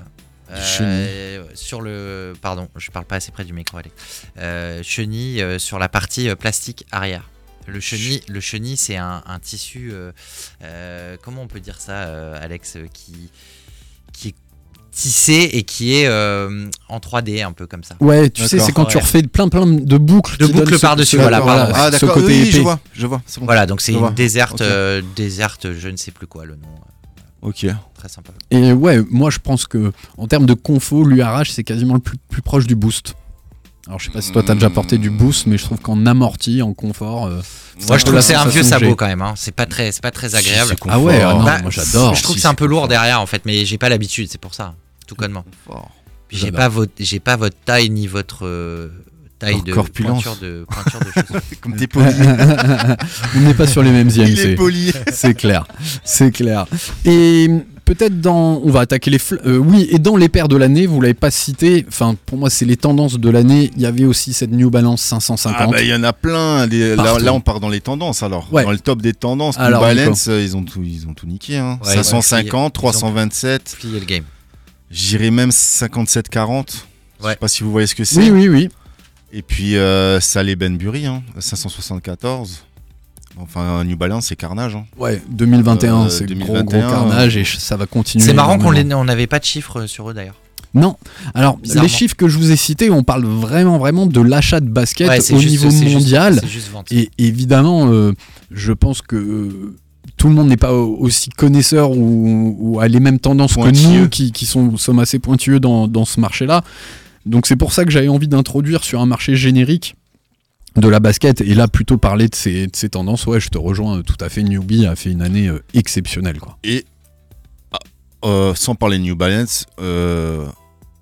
Speaker 8: euh, sur le pardon je parle pas assez près du micro allez Euh, chenille euh, sur la partie euh, plastique arrière le chenille le chenille c'est un, un tissu euh, euh, comment on peut dire ça euh, Alex euh, qui qui est tissé et qui est euh, en 3D un peu comme ça
Speaker 1: Ouais, tu sais,
Speaker 7: D'accord.
Speaker 1: c'est quand tu
Speaker 8: Ouais.
Speaker 1: refais plein plein de boucles.
Speaker 8: De
Speaker 1: qui donnent
Speaker 8: boucles
Speaker 1: ce-
Speaker 8: par-dessus,
Speaker 1: ce-
Speaker 8: voilà, pardon.
Speaker 7: Ah
Speaker 1: ce
Speaker 7: d'accord,
Speaker 1: côté
Speaker 7: oui, oui,
Speaker 1: épais.
Speaker 7: je vois, je vois, c'est bon.
Speaker 8: voilà donc c'est
Speaker 7: Je vois.
Speaker 8: une déserte
Speaker 7: Ok.
Speaker 8: euh, déserte je ne sais plus quoi le nom euh,
Speaker 7: Ok.
Speaker 8: très sympa
Speaker 1: Et ouais, moi je pense que en termes de confo, l'URH c'est quasiment le plus, plus proche du boost. Alors je sais pas si toi t'as déjà porté du boost, mais je trouve qu'en amorti, en confort. euh, c'est
Speaker 8: Moi, je
Speaker 1: peu
Speaker 8: trouve
Speaker 1: la
Speaker 8: que c'est un
Speaker 1: sensation
Speaker 8: vieux
Speaker 1: que
Speaker 8: sabot
Speaker 1: j'ai.
Speaker 8: quand même. hein. C'est pas très, c'est pas très agréable.
Speaker 7: c'est
Speaker 1: Ah ouais, ah non,
Speaker 8: Bah,
Speaker 1: moi j'adore.
Speaker 8: Je trouve
Speaker 1: Si,
Speaker 8: que c'est un peu lourd derrière en fait, mais j'ai pas l'habitude. C'est pour ça, tout connement.
Speaker 7: Fort.
Speaker 8: Puis j'ai
Speaker 1: J'adore.
Speaker 8: pas votre, j'ai pas votre taille ni votre euh, taille de
Speaker 7: Corpulence.
Speaker 8: pointure de
Speaker 1: (laughs)
Speaker 8: pointure de chaussure. (laughs)
Speaker 7: Comme t'es poli.
Speaker 1: On n'est pas sur les mêmes
Speaker 7: Il est
Speaker 1: IMC.
Speaker 7: poli.
Speaker 1: C'est clair, c'est clair. Et peut-être dans, on va attaquer les, fl- euh, oui, et dans les paires de l'année, vous l'avez pas cité. Enfin, pour moi, c'est les tendances de l'année. Il y avait aussi cette New Balance 550.
Speaker 7: Ah bah il y en a plein. des- là,
Speaker 1: Partout.
Speaker 7: là, on part dans les tendances alors.
Speaker 1: Ouais.
Speaker 7: Dans le top des tendances, New
Speaker 1: Alors,
Speaker 7: Balance, euh, ils ont tout, ils ont tout niqué. Hein.
Speaker 8: Ouais,
Speaker 7: 550,
Speaker 8: ils ont- ils ont-
Speaker 7: 327,
Speaker 8: Plier le game.
Speaker 7: j'irais même 57-40. Je
Speaker 8: Ouais.
Speaker 7: sais pas si vous voyez ce que bah, c'est.
Speaker 1: oui, oui, oui.
Speaker 7: Et puis euh, Salé Benbury, hein, 574. Enfin, New Balance, c'est carnage. hein.
Speaker 1: Ouais, 2021,
Speaker 7: Euh,
Speaker 1: c'est le gros,
Speaker 7: 2021,
Speaker 1: gros carnage et ch- ça va continuer.
Speaker 8: C'est marrant
Speaker 1: énormément.
Speaker 8: qu'on les- on n'avait pas de chiffres euh, sur eux d'ailleurs.
Speaker 1: Non. Alors, les
Speaker 8: Bizarrement.
Speaker 1: chiffres que je vous ai cités, on parle vraiment, vraiment de l'achat de basket
Speaker 8: Ouais, c'est
Speaker 1: au
Speaker 8: juste-
Speaker 1: niveau
Speaker 8: c'est juste-
Speaker 1: mondial.
Speaker 8: C'est juste vente.
Speaker 1: Et évidemment, euh, je pense que euh, tout le monde n'est pas au- aussi connaisseur ou, ou a les mêmes tendances que
Speaker 7: Pointilleux.
Speaker 1: nous, qui, qui sont, sommes assez pointueux dans, dans ce marché-là. Donc c'est pour ça que j'avais envie d'introduire sur un marché générique de la basket et là plutôt parler de ces, de ces tendances. Ouais, je te rejoins euh, tout à fait. Newbie a fait une année euh, exceptionnelle, quoi.
Speaker 7: Et ah, euh, sans parler de New Balance, euh,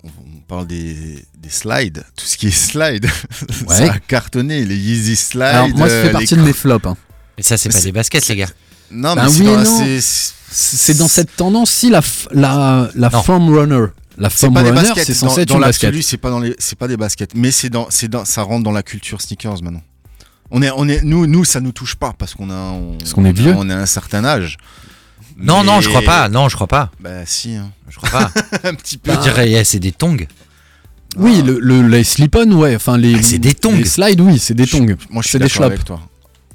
Speaker 7: on, on parle des, des slides. Tout ce qui est slide, (laughs)
Speaker 1: Ouais.
Speaker 7: ça a cartonné. Les Yeezy slides.
Speaker 1: Alors moi, ça
Speaker 7: euh,
Speaker 1: fait
Speaker 7: les
Speaker 1: partie de mes flops. hein.
Speaker 8: Mais ça, c'est
Speaker 7: Mais
Speaker 8: pas
Speaker 7: c'est-
Speaker 8: des baskets, les gars.
Speaker 7: Non, mais
Speaker 1: Ben
Speaker 7: c'est
Speaker 1: oui
Speaker 7: dans
Speaker 1: et
Speaker 7: la-
Speaker 1: non.
Speaker 7: c'est- c'est-
Speaker 1: C'est dans cette tendance si la f- la la
Speaker 8: Non.
Speaker 1: foam runner, la
Speaker 7: C'est
Speaker 1: foam
Speaker 7: pas des
Speaker 1: runner,
Speaker 7: baskets.
Speaker 1: c'est
Speaker 7: Dans,
Speaker 1: censé être
Speaker 7: dans
Speaker 1: une basket.
Speaker 7: l'absolu, c'est pas dans les, c'est pas des baskets. Mais c'est dans, c'est dans, ça rentre dans la culture sneakers maintenant. On est, on est, nous, nous, ça nous touche pas parce qu'on a, on,
Speaker 1: Parce qu'on est
Speaker 7: on a-
Speaker 1: vieux.
Speaker 7: On a un certain âge.
Speaker 8: Non, non, je
Speaker 7: Mais-
Speaker 8: crois pas. Non, je crois pas.
Speaker 7: Bah si, hein.
Speaker 8: Je crois
Speaker 1: (laughs)
Speaker 8: pas.
Speaker 7: un petit
Speaker 1: Bah.
Speaker 7: peu.
Speaker 8: Je dirais, eh, c'est des tongs.
Speaker 1: Oui,
Speaker 7: Ah.
Speaker 1: le, le- les slip-on, ouais. Enfin, les,
Speaker 8: Ah, c'est des tongs.
Speaker 1: Les slides, oui, c'est des tongs.
Speaker 7: Moi, je suis
Speaker 1: C'est des
Speaker 7: d'accord
Speaker 1: schlappes.
Speaker 7: avec toi.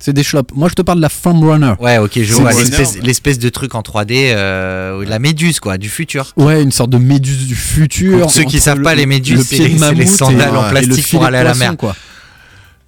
Speaker 1: C'est des schlappes. Moi, je te parle de la foam runner.
Speaker 8: Ouais, ok, je
Speaker 7: C'est
Speaker 8: vois
Speaker 7: une
Speaker 8: l'espèce,
Speaker 7: énorme.
Speaker 8: l'espèce de truc en 3D, euh, la méduse quoi, du futur.
Speaker 1: Ouais, une sorte de méduse du futur.
Speaker 8: Pour ceux qui
Speaker 1: entre
Speaker 8: savent pas,
Speaker 1: le-
Speaker 8: les méduses,
Speaker 1: le
Speaker 8: c'est
Speaker 1: pied
Speaker 8: les-
Speaker 1: de
Speaker 8: c'est les
Speaker 1: mammouth et-
Speaker 8: sandales
Speaker 7: en
Speaker 1: et le
Speaker 8: plastique
Speaker 1: filet
Speaker 8: pour aller à la
Speaker 1: de poisson,
Speaker 8: mer.
Speaker 1: quoi.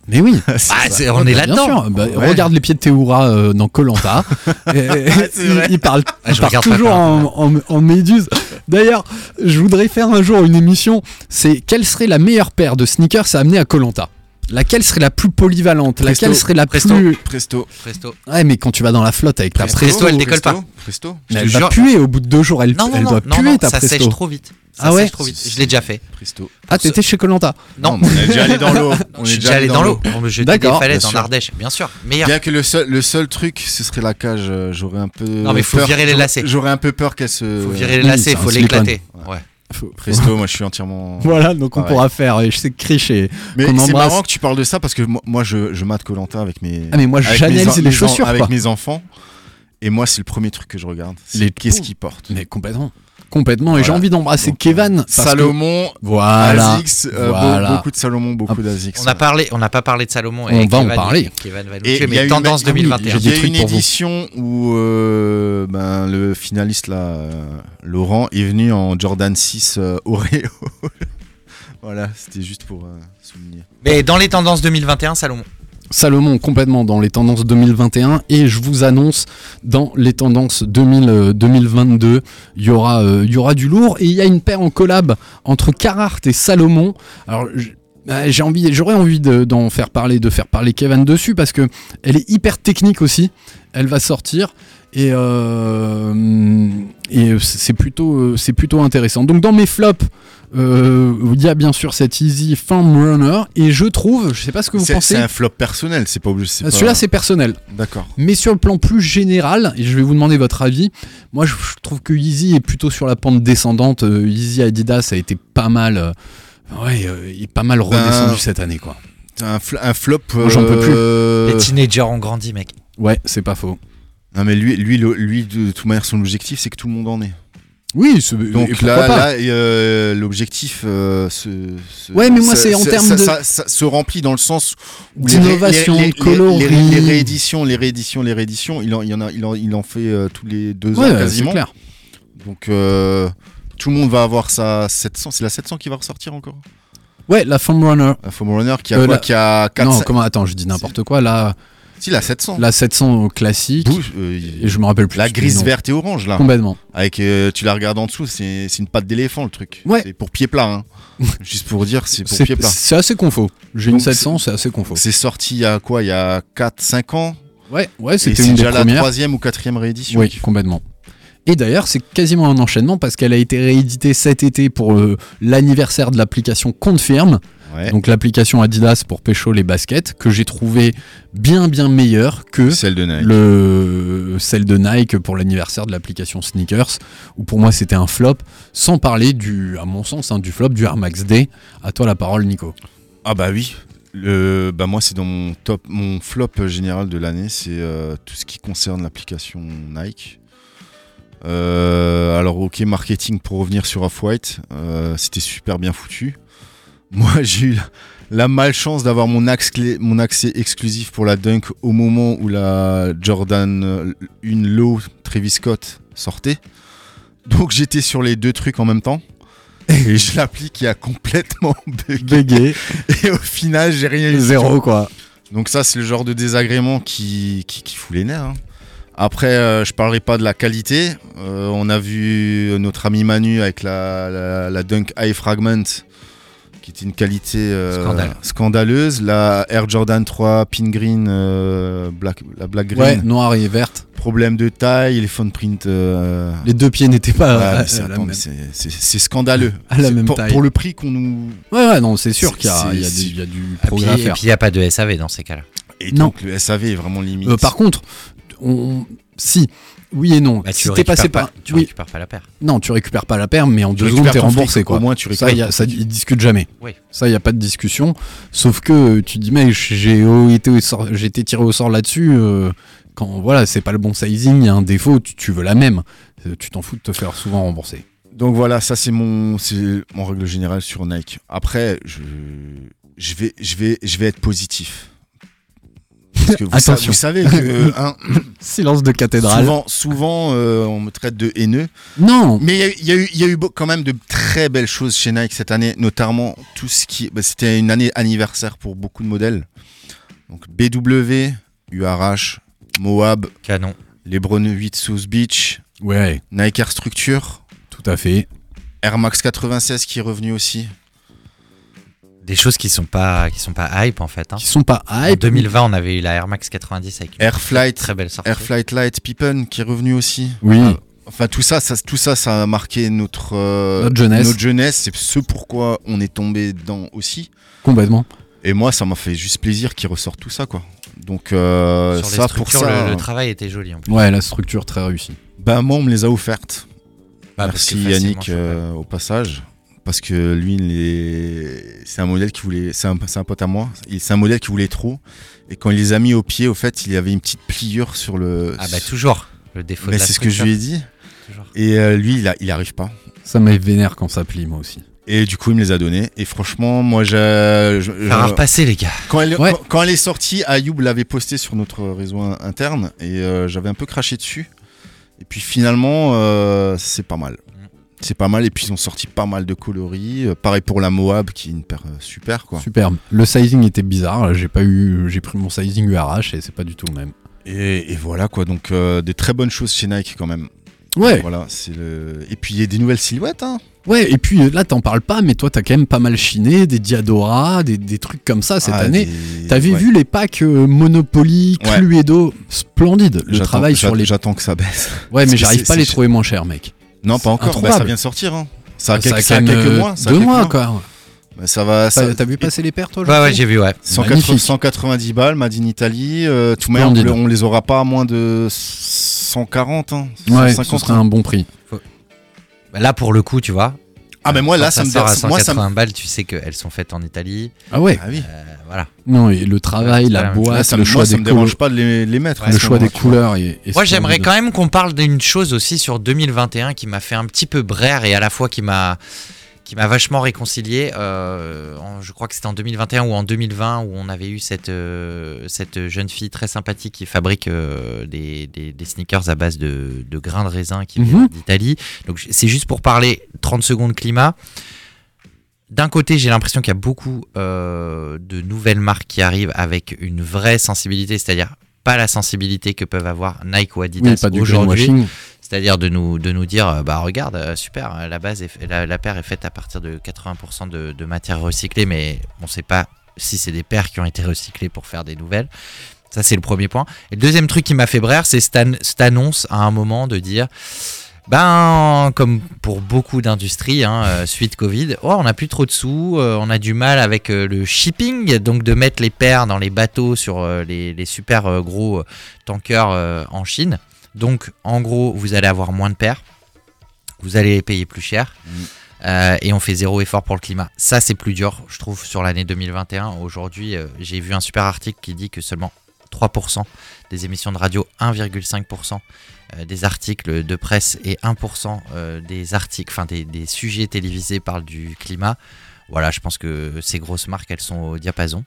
Speaker 1: Mais oui,
Speaker 8: Ah, c'est- on
Speaker 1: Bah,
Speaker 8: est
Speaker 1: bien
Speaker 8: là-dedans.
Speaker 1: sûr. Bah,
Speaker 7: Ouais.
Speaker 1: Regarde les pieds de Théoura euh, dans
Speaker 8: (laughs)
Speaker 1: Colanta. il,
Speaker 7: vrai.
Speaker 1: il parle, il
Speaker 8: Ah, je
Speaker 1: parle
Speaker 8: regarde pas
Speaker 1: toujours en,
Speaker 8: Koh-Lanta.
Speaker 1: en, en méduse. D'ailleurs, je voudrais faire un jour une émission. C'est quelle serait la meilleure paire de sneakers à amener à Colanta Laquelle serait la plus polyvalente
Speaker 7: Presto.
Speaker 1: Laquelle serait la
Speaker 8: Presto.
Speaker 1: plus
Speaker 7: Presto.
Speaker 8: Presto.
Speaker 1: Ouais, mais quand tu vas dans la flotte avec ta
Speaker 8: Presto,
Speaker 1: presto,
Speaker 8: elle décolle
Speaker 7: Presto,
Speaker 8: pas.
Speaker 7: Presto.
Speaker 1: mais
Speaker 8: te
Speaker 1: elle va
Speaker 8: jure.
Speaker 1: puer au bout de deux jours. Elle,
Speaker 8: Non, non,
Speaker 1: elle
Speaker 8: non,
Speaker 1: doit
Speaker 8: non,
Speaker 1: puer
Speaker 8: non,
Speaker 1: ta
Speaker 8: ça
Speaker 1: presto.
Speaker 8: sèche trop vite. Ça
Speaker 1: Ah ouais
Speaker 8: sèche trop vite. Je l'ai déjà fait.
Speaker 7: Presto.
Speaker 1: Ah, t'étais chez Colanta.
Speaker 8: Non,
Speaker 7: mais on est déjà allé
Speaker 8: (laughs)
Speaker 7: dans l'eau. On
Speaker 8: je
Speaker 7: est
Speaker 8: suis déjà allé dans l'eau. On me jetait des
Speaker 1: D'accord,
Speaker 8: falaises
Speaker 7: bien
Speaker 8: en
Speaker 7: sûr.
Speaker 8: Ardèche, bien sûr. Meilleur.
Speaker 7: Bien que le seul, le seul truc, ce serait la cage. euh, J'aurais un peu.
Speaker 8: Non, mais faut
Speaker 7: peur-
Speaker 8: virer les lacets.
Speaker 7: J'aurais un peu peur qu'elle se.
Speaker 8: Faut virer les
Speaker 1: oui,
Speaker 8: lacets,
Speaker 1: c'est un
Speaker 8: faut
Speaker 1: slip-on.
Speaker 8: l'éclater. Ouais.
Speaker 7: (laughs) Presto, moi, je suis entièrement.
Speaker 1: Voilà, donc
Speaker 8: Ah
Speaker 1: on
Speaker 7: Pareil.
Speaker 1: pourra faire. Et je sais que Krish est.
Speaker 7: Mais
Speaker 1: qu'on
Speaker 7: c'est
Speaker 1: embrasse.
Speaker 7: marrant que tu parles de ça parce que moi, moi, je, je mate Colanta avec mes.
Speaker 1: Ah, mais moi,
Speaker 7: avec
Speaker 1: j'analyse
Speaker 7: mes en-
Speaker 1: les
Speaker 7: en-
Speaker 1: chaussures,
Speaker 7: Avec
Speaker 1: quoi.
Speaker 7: mes enfants. Et moi, c'est le premier truc que je regarde. c'est
Speaker 1: Les
Speaker 7: Qu'est-ce
Speaker 1: poux.
Speaker 7: qu'ils portent
Speaker 1: Mais complètement. Complètement. Et j'ai
Speaker 7: Voilà.
Speaker 1: envie d'embrasser
Speaker 7: Donc,
Speaker 8: euh,
Speaker 1: Kevin. parce que-
Speaker 7: Salomon,
Speaker 1: Voilà.
Speaker 7: Asics, euh, be-
Speaker 1: Voilà. Ah,
Speaker 7: beaucoup de Salomon, beaucoup d'Asics.
Speaker 8: On a parlé, on n'a pas parlé de Salomon.
Speaker 1: On
Speaker 8: et
Speaker 1: va en
Speaker 8: Kevin-
Speaker 1: parler.
Speaker 8: Kevin va nous tuer,
Speaker 7: Et il y a
Speaker 8: mais
Speaker 7: une-
Speaker 8: tendance
Speaker 7: ah oui,
Speaker 8: 2021.
Speaker 1: j'ai
Speaker 7: Il y a
Speaker 1: des trucs
Speaker 7: une
Speaker 1: pour vous.
Speaker 7: édition où euh, ben, le finaliste, là, euh, Laurent, est venu en Jordan 6 euh, Oreo. (laughs) voilà, c'était juste pour euh, souligner.
Speaker 8: Mais dans les tendances 2021, Salomon.
Speaker 1: Salomon complètement dans les tendances 2021 et je vous annonce dans les tendances 2000, euh, 2022 il y aura euh, il y aura du lourd et il y a une paire en collab entre Carhartt et Salomon alors j- euh, j'ai envie j'aurais envie de- d'en faire parler de faire parler Kevin dessus parce que elle est hyper technique aussi elle va sortir et, euh, et c'est plutôt euh, c'est plutôt intéressant donc dans mes flops euh, il y a bien sûr cette Easy Farm Runner et je trouve je sais pas ce que vous
Speaker 7: C'est
Speaker 1: pensez
Speaker 7: c'est un flop personnel, c'est pas obligé. c'est
Speaker 1: euh,
Speaker 7: pas-
Speaker 1: Celui-là, c'est personnel.
Speaker 7: D'accord.
Speaker 1: Mais sur le plan plus général, et je vais vous demander votre avis, moi je je trouve que Yeezy est plutôt sur la pente descendante.
Speaker 7: Ben,
Speaker 1: Euh, Yeezy Adidas a été pas mal. euh, ouais, euh, il est pas mal redescendu cette année, quoi.
Speaker 7: un, fl- un flop.
Speaker 1: Moi, j'en peux plus.
Speaker 7: euh,
Speaker 8: Les teenagers ont grandi, mec.
Speaker 1: Ouais, c'est pas faux.
Speaker 7: Non, mais lui, lui, le- lui, de toute manière, son objectif, c'est que tout le monde en ait.
Speaker 1: Oui, ce- et
Speaker 7: Donc
Speaker 1: pourquoi
Speaker 7: là,
Speaker 1: pas
Speaker 7: là, et, euh, l'objectif euh, se, se-
Speaker 1: Ouais, mais moi,
Speaker 7: ça-
Speaker 1: c'est en
Speaker 7: ça-
Speaker 1: termes
Speaker 7: ça-
Speaker 1: de-
Speaker 7: ça- ça se remplit dans le sens où les-
Speaker 1: D'innovation,
Speaker 7: les- les-
Speaker 1: de
Speaker 7: les- les-
Speaker 1: coloris.
Speaker 7: les rééditions, les rééditions, les rééditions. Il en, il y en a, il en, il en fait euh, tous les deux ans
Speaker 1: Ouais, c'est
Speaker 7: quasiment.
Speaker 1: clair.
Speaker 7: Donc euh, tout le monde va avoir sa 700. C'est la 700 qui va ressortir encore.
Speaker 1: Ouais, la Foam Runner.
Speaker 7: La Foam Runner qui a
Speaker 1: Euh,
Speaker 7: quoi
Speaker 1: la-
Speaker 7: Qui a 4
Speaker 1: Non, comment Attends, je dis n'importe quoi. La,
Speaker 7: Si la 700.
Speaker 1: la 700 classique.
Speaker 7: Oh. Bouge, euh, il-
Speaker 1: Et je me rappelle plus.
Speaker 7: la
Speaker 1: du
Speaker 7: grise
Speaker 1: nom.
Speaker 7: verte et orange là.
Speaker 1: Complètement.
Speaker 7: Avec euh, tu la regardes en dessous, c'est c'est une patte d'éléphant le truc.
Speaker 1: Ouais.
Speaker 7: C'est pour
Speaker 1: (laughs)
Speaker 7: pied plat. Hein. Juste pour dire, c'est pour pied
Speaker 1: C'est
Speaker 7: plat.
Speaker 1: c'est assez confo. J'ai une
Speaker 7: Donc,
Speaker 1: 700, c'est assez confo.
Speaker 7: C'est sorti il y a quoi Il y a 4-5 ans
Speaker 1: Ouais, ouais,
Speaker 7: Et
Speaker 1: c'était
Speaker 7: c'est
Speaker 1: une des
Speaker 7: déjà la
Speaker 1: premières.
Speaker 7: troisième ou quatrième réédition.
Speaker 1: Oui, complètement. Et d'ailleurs, c'est quasiment un enchaînement parce qu'elle a été rééditée cet été pour euh, l'anniversaire de l'application Confirm,
Speaker 7: Ouais.
Speaker 1: donc l'application Adidas pour pécho les baskets, que j'ai trouvé bien bien meilleure que
Speaker 7: Celle de Nike.
Speaker 1: le, celle de Nike pour l'anniversaire de l'application Sneakers, où pour moi c'était un flop, sans parler du, à mon sens, hein, du flop du Air Max D. À toi la parole, Nico.
Speaker 7: Ah bah oui. Le, bah moi c'est dans mon top, mon flop général de l'année, c'est euh, tout ce qui concerne l'application Nike. Euh, alors ok marketing pour revenir sur Off-White, euh, c'était super bien foutu. Moi (laughs) j'ai eu la, la malchance d'avoir mon, axe clé- mon accès exclusif pour la Dunk au moment où la Jordan euh, une Low Travis Scott sortait. Donc j'étais sur les deux trucs en même temps. Et j'ai l'appli qui a complètement (laughs) bugué.
Speaker 1: Bégué,
Speaker 7: Et au final, j'ai rien eu.
Speaker 1: zéro quoi.
Speaker 7: Donc ça, c'est le genre de désagrément qui, qui, qui fout les nerfs. hein. Après, euh, je parlerai pas de la qualité. Euh, on a vu notre ami Manu avec la, la, la Dunk High Fragment, qui était une qualité euh,
Speaker 8: Scandale.
Speaker 7: scandaleuse. La Air Jordan 3 Pin Green, euh, black, la Black Green,
Speaker 1: Ouais, noire et verte.
Speaker 7: problème de taille, les font print... euh,
Speaker 1: Les deux pieds n'étaient pas
Speaker 7: ah,
Speaker 1: à-
Speaker 7: mais c'est-
Speaker 1: à la
Speaker 7: attends,
Speaker 1: même-
Speaker 7: mais c'est- c'est c'est scandaleux.
Speaker 1: À la
Speaker 7: C'est
Speaker 1: même
Speaker 7: pour,
Speaker 1: taille.
Speaker 7: pour le prix qu'on nous...
Speaker 1: Ouais, ouais, non, c'est sûr
Speaker 7: C'est-
Speaker 1: qu'il y, a-
Speaker 7: c'est-
Speaker 1: il y a
Speaker 7: c'est-
Speaker 1: du- il y a du
Speaker 8: Et puis
Speaker 1: progrès à
Speaker 8: et
Speaker 1: faire.
Speaker 8: puis, il n'y a pas de SAV dans ces cas-là.
Speaker 7: Et
Speaker 1: Non.
Speaker 7: donc le SAV est vraiment limite.
Speaker 1: Euh, par contre, on... si, oui et non.
Speaker 8: Bah,
Speaker 1: si
Speaker 8: tu
Speaker 1: t'es
Speaker 8: récupères
Speaker 1: passé
Speaker 8: pas,
Speaker 1: par.
Speaker 8: tu
Speaker 1: oui,
Speaker 8: récupères pas la paire.
Speaker 1: Non, tu récupères pas la paire, mais en
Speaker 7: Tu
Speaker 1: deux secondes,
Speaker 7: récupères
Speaker 1: t'es
Speaker 7: ton fric,
Speaker 1: remboursé quoi.
Speaker 7: Au moins, tu
Speaker 1: Ça,
Speaker 7: récupères.
Speaker 1: y a- ça, ils discutent jamais.
Speaker 8: Oui.
Speaker 1: Ça, il n'y a pas de discussion. Sauf que euh, tu dis, mais j'ai au- été au sort- j'ai été tiré au sort là-dessus. euh, quand voilà, c'est pas le bon sizing, il y a un défaut, tu, tu veux la même. Euh, Tu t'en fous de te faire souvent rembourser.
Speaker 7: Donc voilà, ça c'est mon, c'est mon règle générale sur Nike. Après, je, je vais, je vais, je vais être positif. Parce que vous, sa-
Speaker 1: Attention.
Speaker 7: vous savez que hein,
Speaker 1: Silence de cathédrale.
Speaker 7: souvent, souvent euh, on me traite de haineux.
Speaker 1: Non,
Speaker 7: Mais il y a eu- il y, a eu- il y a eu beau- quand même de très belles choses chez Nike cette année, notamment tout ce qui. bah, C'était une année anniversaire pour beaucoup de modèles. Donc BW, URH, Moab,
Speaker 8: Canon.
Speaker 7: Lebron 8 South Beach,
Speaker 1: ouais,
Speaker 7: Nike Air Structure,
Speaker 1: tout à fait.
Speaker 7: Air Max 96 qui est revenu aussi.
Speaker 8: Des choses qui sont pas qui sont pas hype en fait. hein.
Speaker 1: Qui sont pas
Speaker 8: En
Speaker 1: hype.
Speaker 8: 2020, on avait eu la Air Max 90 avec une
Speaker 7: Air Flight,
Speaker 8: très belle sortie.
Speaker 7: Air Flight Light, Pippen qui est revenu aussi.
Speaker 1: Oui,
Speaker 7: Ah, Enfin tout ça, ça, tout ça, ça a marqué notre, euh,
Speaker 1: Notre jeunesse.
Speaker 7: jeunesse, c'est ce pourquoi on est tombé dedans aussi.
Speaker 1: complètement.
Speaker 7: Et moi, ça m'a fait juste plaisir qu'il ressorte tout ça, quoi. Donc euh,
Speaker 8: Sur les
Speaker 7: ça pour
Speaker 8: structures,
Speaker 7: ça,
Speaker 8: le, le travail était joli en plus.
Speaker 1: Ouais, la structure très réussie.
Speaker 7: bah moi on me les a offertes.
Speaker 8: Bah, parce que
Speaker 7: Merci
Speaker 8: facilement,
Speaker 7: Yannick
Speaker 8: je sais pas.
Speaker 7: euh, au passage. Parce que lui, il est- c'est un modèle qui voulait, c'est un, c'est un pote à moi. Il- C'est un modèle qui voulait trop. Et quand il les a mis au pied, au fait, il y avait une petite pliure sur le.
Speaker 8: Ah bah toujours. Le défaut
Speaker 7: Mais
Speaker 8: de la
Speaker 7: c'est ce que je lui ai dit.
Speaker 8: structure, toujours.
Speaker 7: Et euh, lui, il, a- il arrive pas.
Speaker 1: Ça m'est vénère quand ça plie, moi aussi.
Speaker 7: Et du coup, il me les a donnés. Et franchement, moi, j'ai. je- je-
Speaker 8: Faire repasser les gars.
Speaker 7: quand, elle,
Speaker 1: Ouais.
Speaker 7: quand, quand elle est sortie, Ayoub l'avait posté sur notre réseau in- interne. Et euh, j'avais un peu craché dessus. Et puis finalement, euh, c'est pas mal. C'est pas mal. Et puis ils ont sorti pas mal de coloris. Euh, pareil pour la Moab, qui est une paire euh, super, quoi.
Speaker 1: Superbe. Le sizing était bizarre. J'ai pas eu, j'ai pris mon sizing URH et c'est pas du tout le même.
Speaker 7: Et, et voilà, quoi. Donc, euh, des très bonnes choses chez Nike, quand même.
Speaker 1: Ouais,
Speaker 7: Voilà, c'est le... Et puis, il y a des nouvelles silhouettes, hein.
Speaker 1: ouais. Et puis euh, là, t'en parles pas, mais toi, t'as quand même pas mal chiné des Diadora, des, des trucs comme ça cette
Speaker 7: Ah,
Speaker 1: année.
Speaker 7: des-
Speaker 1: T'avais
Speaker 7: ouais.
Speaker 1: vu les packs euh, Monopoly,
Speaker 7: Ouais.
Speaker 1: Cluedo, splendide. Le
Speaker 7: J'attends-
Speaker 1: travail sur
Speaker 7: j'attends-
Speaker 1: les.
Speaker 7: J'attends que ça baisse.
Speaker 1: Ouais, mais
Speaker 7: parce que
Speaker 1: j'arrive
Speaker 7: c'est-
Speaker 1: pas à les
Speaker 7: c'est-
Speaker 1: trouver moins cher, mec.
Speaker 7: Non,
Speaker 1: C'est
Speaker 7: pas encore. Bah,
Speaker 1: introuvable.
Speaker 7: ça vient de sortir. Hein. Ça a
Speaker 1: Ça
Speaker 7: quelques,
Speaker 1: a
Speaker 7: ça a
Speaker 1: quand même,
Speaker 7: quelques
Speaker 1: euh,
Speaker 7: mois. ça a
Speaker 1: deux
Speaker 7: quelques
Speaker 1: mois, quoi.
Speaker 7: Bah, ça va.
Speaker 1: T'as-
Speaker 7: ça-
Speaker 1: T'as vu passer les paires, toi
Speaker 8: Ouais ouais
Speaker 1: Jean-Paul
Speaker 8: j'ai vu ouais.
Speaker 7: 180
Speaker 1: Magnifique.
Speaker 7: 190 balles, Made in Italy. euh, tout de même, on,
Speaker 1: Splendide.
Speaker 7: le- on les aura pas à moins de 140. Hein,
Speaker 1: Ouais,
Speaker 7: 150,
Speaker 1: ce serait
Speaker 7: hein.
Speaker 1: un bon prix.
Speaker 8: Bah, Là pour le coup tu vois.
Speaker 7: Ah, mais moi,
Speaker 8: Quand
Speaker 7: là, ça me
Speaker 8: sort à
Speaker 7: dérange. Moi, ça me-
Speaker 8: 180 balles, tu sais qu'elles sont faites en Italie.
Speaker 1: Ah ouais.
Speaker 7: Ah oui.
Speaker 8: Euh, voilà.
Speaker 1: Non, et le travail,
Speaker 8: Ouais,
Speaker 1: la
Speaker 8: ouais,
Speaker 1: boîte,
Speaker 7: Là, ça
Speaker 1: le
Speaker 7: me-
Speaker 1: choix
Speaker 7: moi, ça
Speaker 1: des
Speaker 7: me
Speaker 1: couleurs,
Speaker 7: dérange pas de les, les mettre. hein. à
Speaker 1: le
Speaker 7: ce
Speaker 1: choix des
Speaker 7: moment-là, tu vois.
Speaker 1: couleurs. et- et
Speaker 8: Moi,
Speaker 1: ce
Speaker 8: j'aimerais
Speaker 1: genre de-
Speaker 8: quand même qu'on parle d'une chose aussi sur 2021 qui m'a fait un petit peu brère et à la fois qui m'a qui m'a vachement réconcilié. Euh, en- je crois que c'était en 2021 ou en 2020 où on avait eu cette euh, cette jeune fille très sympathique qui fabrique euh, des, des- des sneakers à base de, de grains de raisin qui
Speaker 1: Mhm.
Speaker 8: vient d'Italie. Donc j- c'est juste pour parler 30 secondes climat. D'un côté, j'ai l'impression qu'il y a beaucoup euh, de nouvelles marques qui arrivent avec une vraie sensibilité, c'est-à-dire pas la sensibilité que peuvent avoir Nike ou
Speaker 1: Oui,
Speaker 8: Adidas
Speaker 1: pas du
Speaker 8: aujourd'hui,
Speaker 1: greenwashing.
Speaker 8: c'est-à-dire de nous, de nous dire, euh, bah regarde, euh, super, euh, la base, est fa- la, la paire est faite à partir de 80% de, de matière recyclée, mais on ne sait pas si c'est des paires qui ont été recyclées pour faire des nouvelles. Ça, c'est le premier point. Et le deuxième truc qui m'a fait brère, c'est cette an- cette annonce à un moment de dire, ben, comme pour beaucoup d'industries, hein, euh, suite Covid, oh, on n'a plus trop de sous, euh, on a du mal avec euh, le shipping, donc de mettre les paires dans les bateaux sur euh, les, les super euh, gros euh, tankers euh, en Chine. Donc, en gros, vous allez avoir moins de paires, vous allez les payer plus cher, euh, et on fait zéro effort pour le climat. Ça, c'est plus dur, je trouve, sur l'année 2021. Aujourd'hui, euh, j'ai vu un super article qui dit que seulement 3% des émissions de radio, 1,5% euh, des articles de presse et 1% euh, des articles, enfin des, des sujets télévisés parlent du climat. Voilà, je pense que ces grosses marques, elles sont au diapason.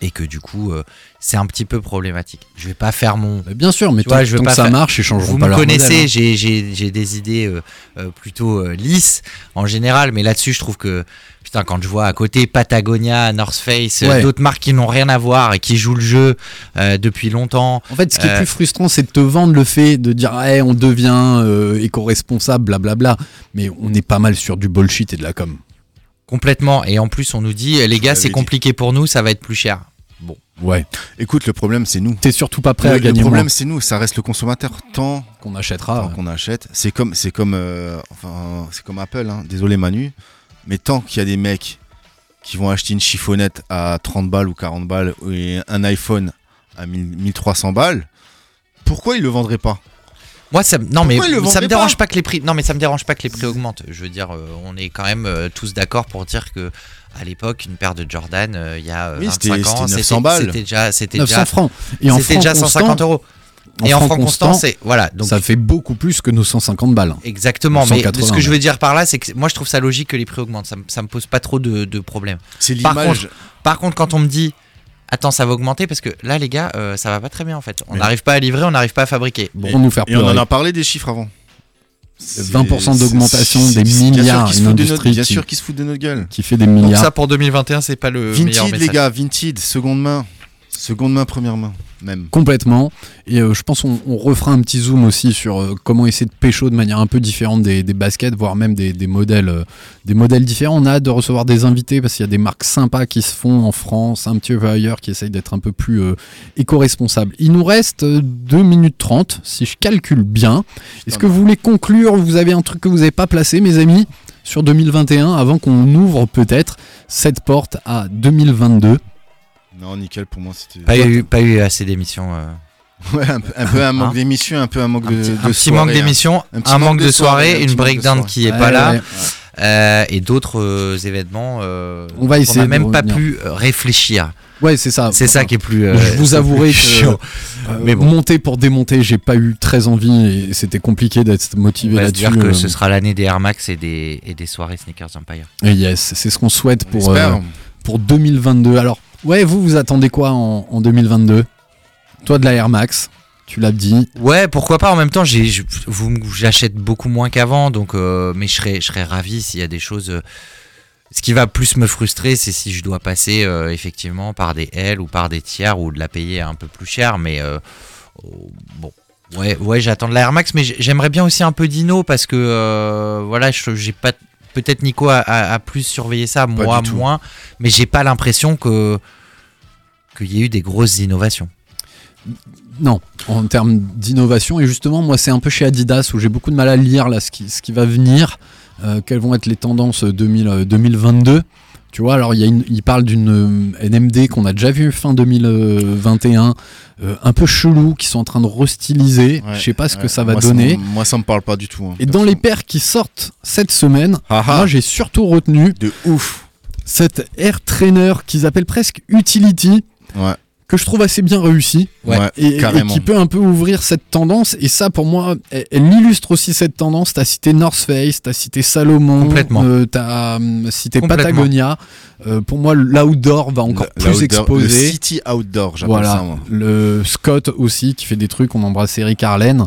Speaker 8: Et que du coup, euh, c'est un petit peu problématique. Je vais pas faire mon,
Speaker 1: Bah, Bien sûr, mais
Speaker 8: Tu vois,
Speaker 1: tant-
Speaker 8: je veux
Speaker 1: tant que
Speaker 8: pas
Speaker 1: ça
Speaker 8: faire-
Speaker 1: marche, ils changeront
Speaker 8: vous
Speaker 1: pas
Speaker 8: me
Speaker 1: leur modèle,
Speaker 8: connaissez,
Speaker 1: hein.
Speaker 8: j'ai- j'ai j'ai des idées euh, euh, plutôt euh, lisses en général, mais là-dessus, je trouve que, putain, quand je vois à côté Patagonia, North Face, euh,
Speaker 1: Ouais.
Speaker 8: d'autres marques qui n'ont rien à voir et qui jouent le jeu euh, depuis longtemps,
Speaker 1: En fait, ce qui est
Speaker 8: Euh,
Speaker 1: plus frustrant, c'est de te vendre le fait de dire hey, on devient euh, éco-responsable, blablabla. Mais on est pas mal sur du bullshit et de la com.
Speaker 8: complètement, et en plus, on nous dit, eh, les gars,
Speaker 7: l'avais
Speaker 8: c'est
Speaker 7: dit.
Speaker 8: compliqué pour nous, ça va être plus cher.
Speaker 1: Ouais.
Speaker 7: Écoute, le problème, c'est nous.
Speaker 1: T'es surtout pas prêt
Speaker 7: Le,
Speaker 1: à
Speaker 7: le
Speaker 1: gagner
Speaker 7: problème, c'est nous. Ça reste le consommateur tant,
Speaker 1: moins qu'on achètera.
Speaker 7: tant qu'on achète. C'est comme, c'est comme, euh, enfin, c'est comme Apple. hein. Désolé, Manu, mais tant qu'il y a des mecs qui vont acheter une chiffonnette à 30 balles ou 40 balles et un iPhone à 1000 1300 balles, pourquoi ils le vendraient pas
Speaker 8: Moi, ça, me- non,
Speaker 7: Pourquoi ils le
Speaker 8: mais ça me
Speaker 7: vendaient
Speaker 8: dérange pas que les prix. Non, mais ça me dérange pas que les prix augmentent. Je veux dire, euh, on est quand même euh, tous d'accord pour dire que à l'époque, une paire de Jordan, euh, il y a euh,
Speaker 7: Oui, c'était-
Speaker 8: 25 ans,
Speaker 7: c'était 900 balles.
Speaker 8: c'était déjà, c'était
Speaker 1: 900
Speaker 8: déjà,
Speaker 1: euh, francs. Et en
Speaker 8: c'était
Speaker 1: francs
Speaker 8: déjà 150
Speaker 1: constants,
Speaker 8: euros. Et en franc constant, c'est voilà. Donc
Speaker 1: ça fait beaucoup plus que nos 150 balles.
Speaker 8: exactement. Mais
Speaker 1: 180,
Speaker 8: ce que je
Speaker 1: ouais.
Speaker 8: veux dire par là, c'est que moi, je trouve ça logique que les prix augmentent. Ça, me- ça me pose pas trop de, de problèmes.
Speaker 7: C'est
Speaker 8: Par
Speaker 7: l'image.
Speaker 8: Par contre, quand on me dit Attends, ça va augmenter parce que là, les gars, euh, ça va pas très bien en fait. On
Speaker 7: Mais-
Speaker 8: n'arrive pas à livrer, on n'arrive pas à fabriquer.
Speaker 1: Bon, pour nous faire
Speaker 7: Et on
Speaker 1: pleurer.
Speaker 7: en a parlé des chiffres avant. C'est-
Speaker 1: 20% d'augmentation
Speaker 7: c'est-
Speaker 1: des
Speaker 7: c'est- bien sûr
Speaker 1: milliards,
Speaker 7: qu'ils se
Speaker 1: une
Speaker 7: foutent de notre-
Speaker 1: industrie
Speaker 7: Bien
Speaker 1: qui-
Speaker 7: sûr qu'ils se foutent de notre gueule.
Speaker 1: Qui fait des
Speaker 8: Donc,
Speaker 1: milliards.
Speaker 8: ça pour 2021, c'est pas le meilleur
Speaker 7: Vinted,
Speaker 8: message.
Speaker 7: les gars, Vinted, seconde main. Seconde main, première main, même.
Speaker 1: Complètement. Et euh, je pense on, on refera un petit zoom aussi sur euh, comment essayer de pécho de manière un peu différente des, des baskets, voire même des, des modèles, euh, des modèles différents. On a hâte de recevoir des invités parce qu'il y a des marques sympas qui se font en France, un petit peu ailleurs, qui essayent d'être un peu plus euh, éco-responsables. Il nous reste euh, 2 minutes 30, si je calcule bien. Est-ce que vous voulez conclure Vous avez un truc que vous n'avez pas placé, mes amis, sur 2021, avant qu'on ouvre peut-être cette porte à 2022
Speaker 7: Non, nickel, pour moi, c'était. (laughs)
Speaker 8: Pas eu, pas eu assez d'émissions. euh.
Speaker 7: Ouais, un, peu- un peu un manque
Speaker 8: Hein
Speaker 7: d'émission, un peu un manque
Speaker 8: Un
Speaker 7: de,
Speaker 8: petit,
Speaker 7: de
Speaker 8: un petit
Speaker 7: soirée,
Speaker 8: manque
Speaker 7: hein.
Speaker 8: d'émissions,
Speaker 7: Un
Speaker 8: un,
Speaker 7: petit
Speaker 8: manque de soirée,
Speaker 7: un
Speaker 8: une
Speaker 7: petit manque de
Speaker 8: breakdown
Speaker 7: soirée.
Speaker 8: qui est
Speaker 1: Ouais,
Speaker 8: pas là,
Speaker 1: ouais.
Speaker 8: euh, et d'autres euh, événements. euh,
Speaker 1: On va essayer
Speaker 8: n'a
Speaker 1: de
Speaker 8: même pas
Speaker 1: revenir.
Speaker 8: pu euh, réfléchir.
Speaker 1: Ouais, c'est ça.
Speaker 8: C'est ça qui est plus. euh,
Speaker 1: Je vous
Speaker 8: le
Speaker 1: avouerai que
Speaker 8: plus chiant.
Speaker 1: euh,
Speaker 8: Mais bon.
Speaker 1: monter pour démonter, j'ai pas eu très envie et c'était compliqué d'être motivé
Speaker 8: On va se
Speaker 1: là-dessus.
Speaker 8: dire que
Speaker 1: euh,
Speaker 8: ce sera l'année des Air Max et des, et des soirées Sneakers Empire.
Speaker 1: et yes, c'est ce qu'on souhaite
Speaker 7: On
Speaker 1: pour,
Speaker 7: espère.
Speaker 1: euh, pour 2022. Alors, ouais, vous, vous attendez quoi en, en 2022 Toi, de la Air Max, tu l'as dit.
Speaker 8: Ouais, pourquoi pas. En même temps, j'ai- je- vous m- j'achète beaucoup moins qu'avant, donc euh, mais je serais, je serais ravi s'il y a des choses. euh, ce qui va plus me frustrer, c'est si je dois passer euh, effectivement par des L ou par des tiers ou de la payer un peu plus cher. Mais euh, oh, bon, ouais, ouais, j'attends de la Air Max, mais j- j'aimerais bien aussi un peu d'Ino parce que euh, voilà, je- j'ai pas. Peut-être Nico a, a- a plus surveillé ça, moi
Speaker 7: du tout.
Speaker 8: moins, mais j'ai pas l'impression que qu'il y ait eu des grosses innovations.
Speaker 1: Non, en termes d'innovation. Et justement, moi, c'est un peu chez Adidas où j'ai beaucoup de mal à lire là, ce, qui, ce qui va venir. euh, quelles vont être les tendances 2000, euh, 2022 Tu vois, alors il, y a une- il parle d'une euh, NMD qu'on a déjà vue fin 2021, euh, un peu chelou, qui sont en train de restyliser.
Speaker 7: Ouais,
Speaker 1: Je sais pas ce que
Speaker 7: ouais,
Speaker 1: ça va
Speaker 7: moi,
Speaker 1: donner.
Speaker 7: m- moi, ça me parle pas du tout. hein,
Speaker 1: Et dans
Speaker 7: perso.
Speaker 1: les paires qui sortent cette semaine,
Speaker 7: Ah, ah,
Speaker 1: moi j'ai surtout retenu
Speaker 7: de ouf.
Speaker 1: cette Air Trainer qu'ils appellent presque Utility,
Speaker 7: Ouais.
Speaker 1: que je trouve assez bien réussie.
Speaker 7: Ouais,
Speaker 1: et, et
Speaker 7: carrément.
Speaker 1: qui peut un peu ouvrir cette tendance. Et ça, pour moi, elle, elle illustre aussi cette tendance. T'as cité North Face, t'as cité Salomon,
Speaker 8: Complètement.
Speaker 1: euh, t'as hum, cité
Speaker 8: Complètement.
Speaker 1: Patagonia. Euh, pour moi, l'outdoor va encore
Speaker 7: Le-
Speaker 1: plus
Speaker 7: l'outdoor- Le
Speaker 1: exploser.
Speaker 7: city outdoor, j'appelle
Speaker 1: Voilà,
Speaker 7: ça. Moi.
Speaker 1: le Scott aussi qui fait des trucs, on embrasse Eric Arlen.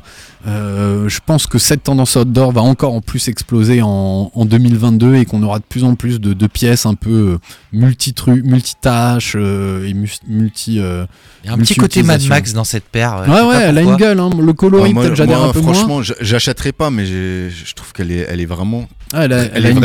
Speaker 1: Euh, je pense que cette tendance outdoor va encore en plus exploser en, en 2022 et qu'on aura de plus en plus de, de pièces un peu euh, multitru- multitâches euh, et mus- multi... euh,
Speaker 8: Il y a un petit côté Mad
Speaker 1: Multi-utilisation.
Speaker 8: Max dans cette paire. euh, je sais
Speaker 1: Ouais,
Speaker 8: pas
Speaker 1: ouais, elle a une
Speaker 8: pourquoi.
Speaker 1: gueule. hein. Le coloris,
Speaker 7: Ouais, Ah, moi,
Speaker 1: peut-être, j'adhère
Speaker 7: moi,
Speaker 1: un peu moins.
Speaker 7: franchement, j'a- j'achèterai pas, mais j'ai- je trouve qu'elle est, elle est vraiment
Speaker 1: Ah, elle a, elle
Speaker 7: Elle
Speaker 1: a
Speaker 7: est
Speaker 1: une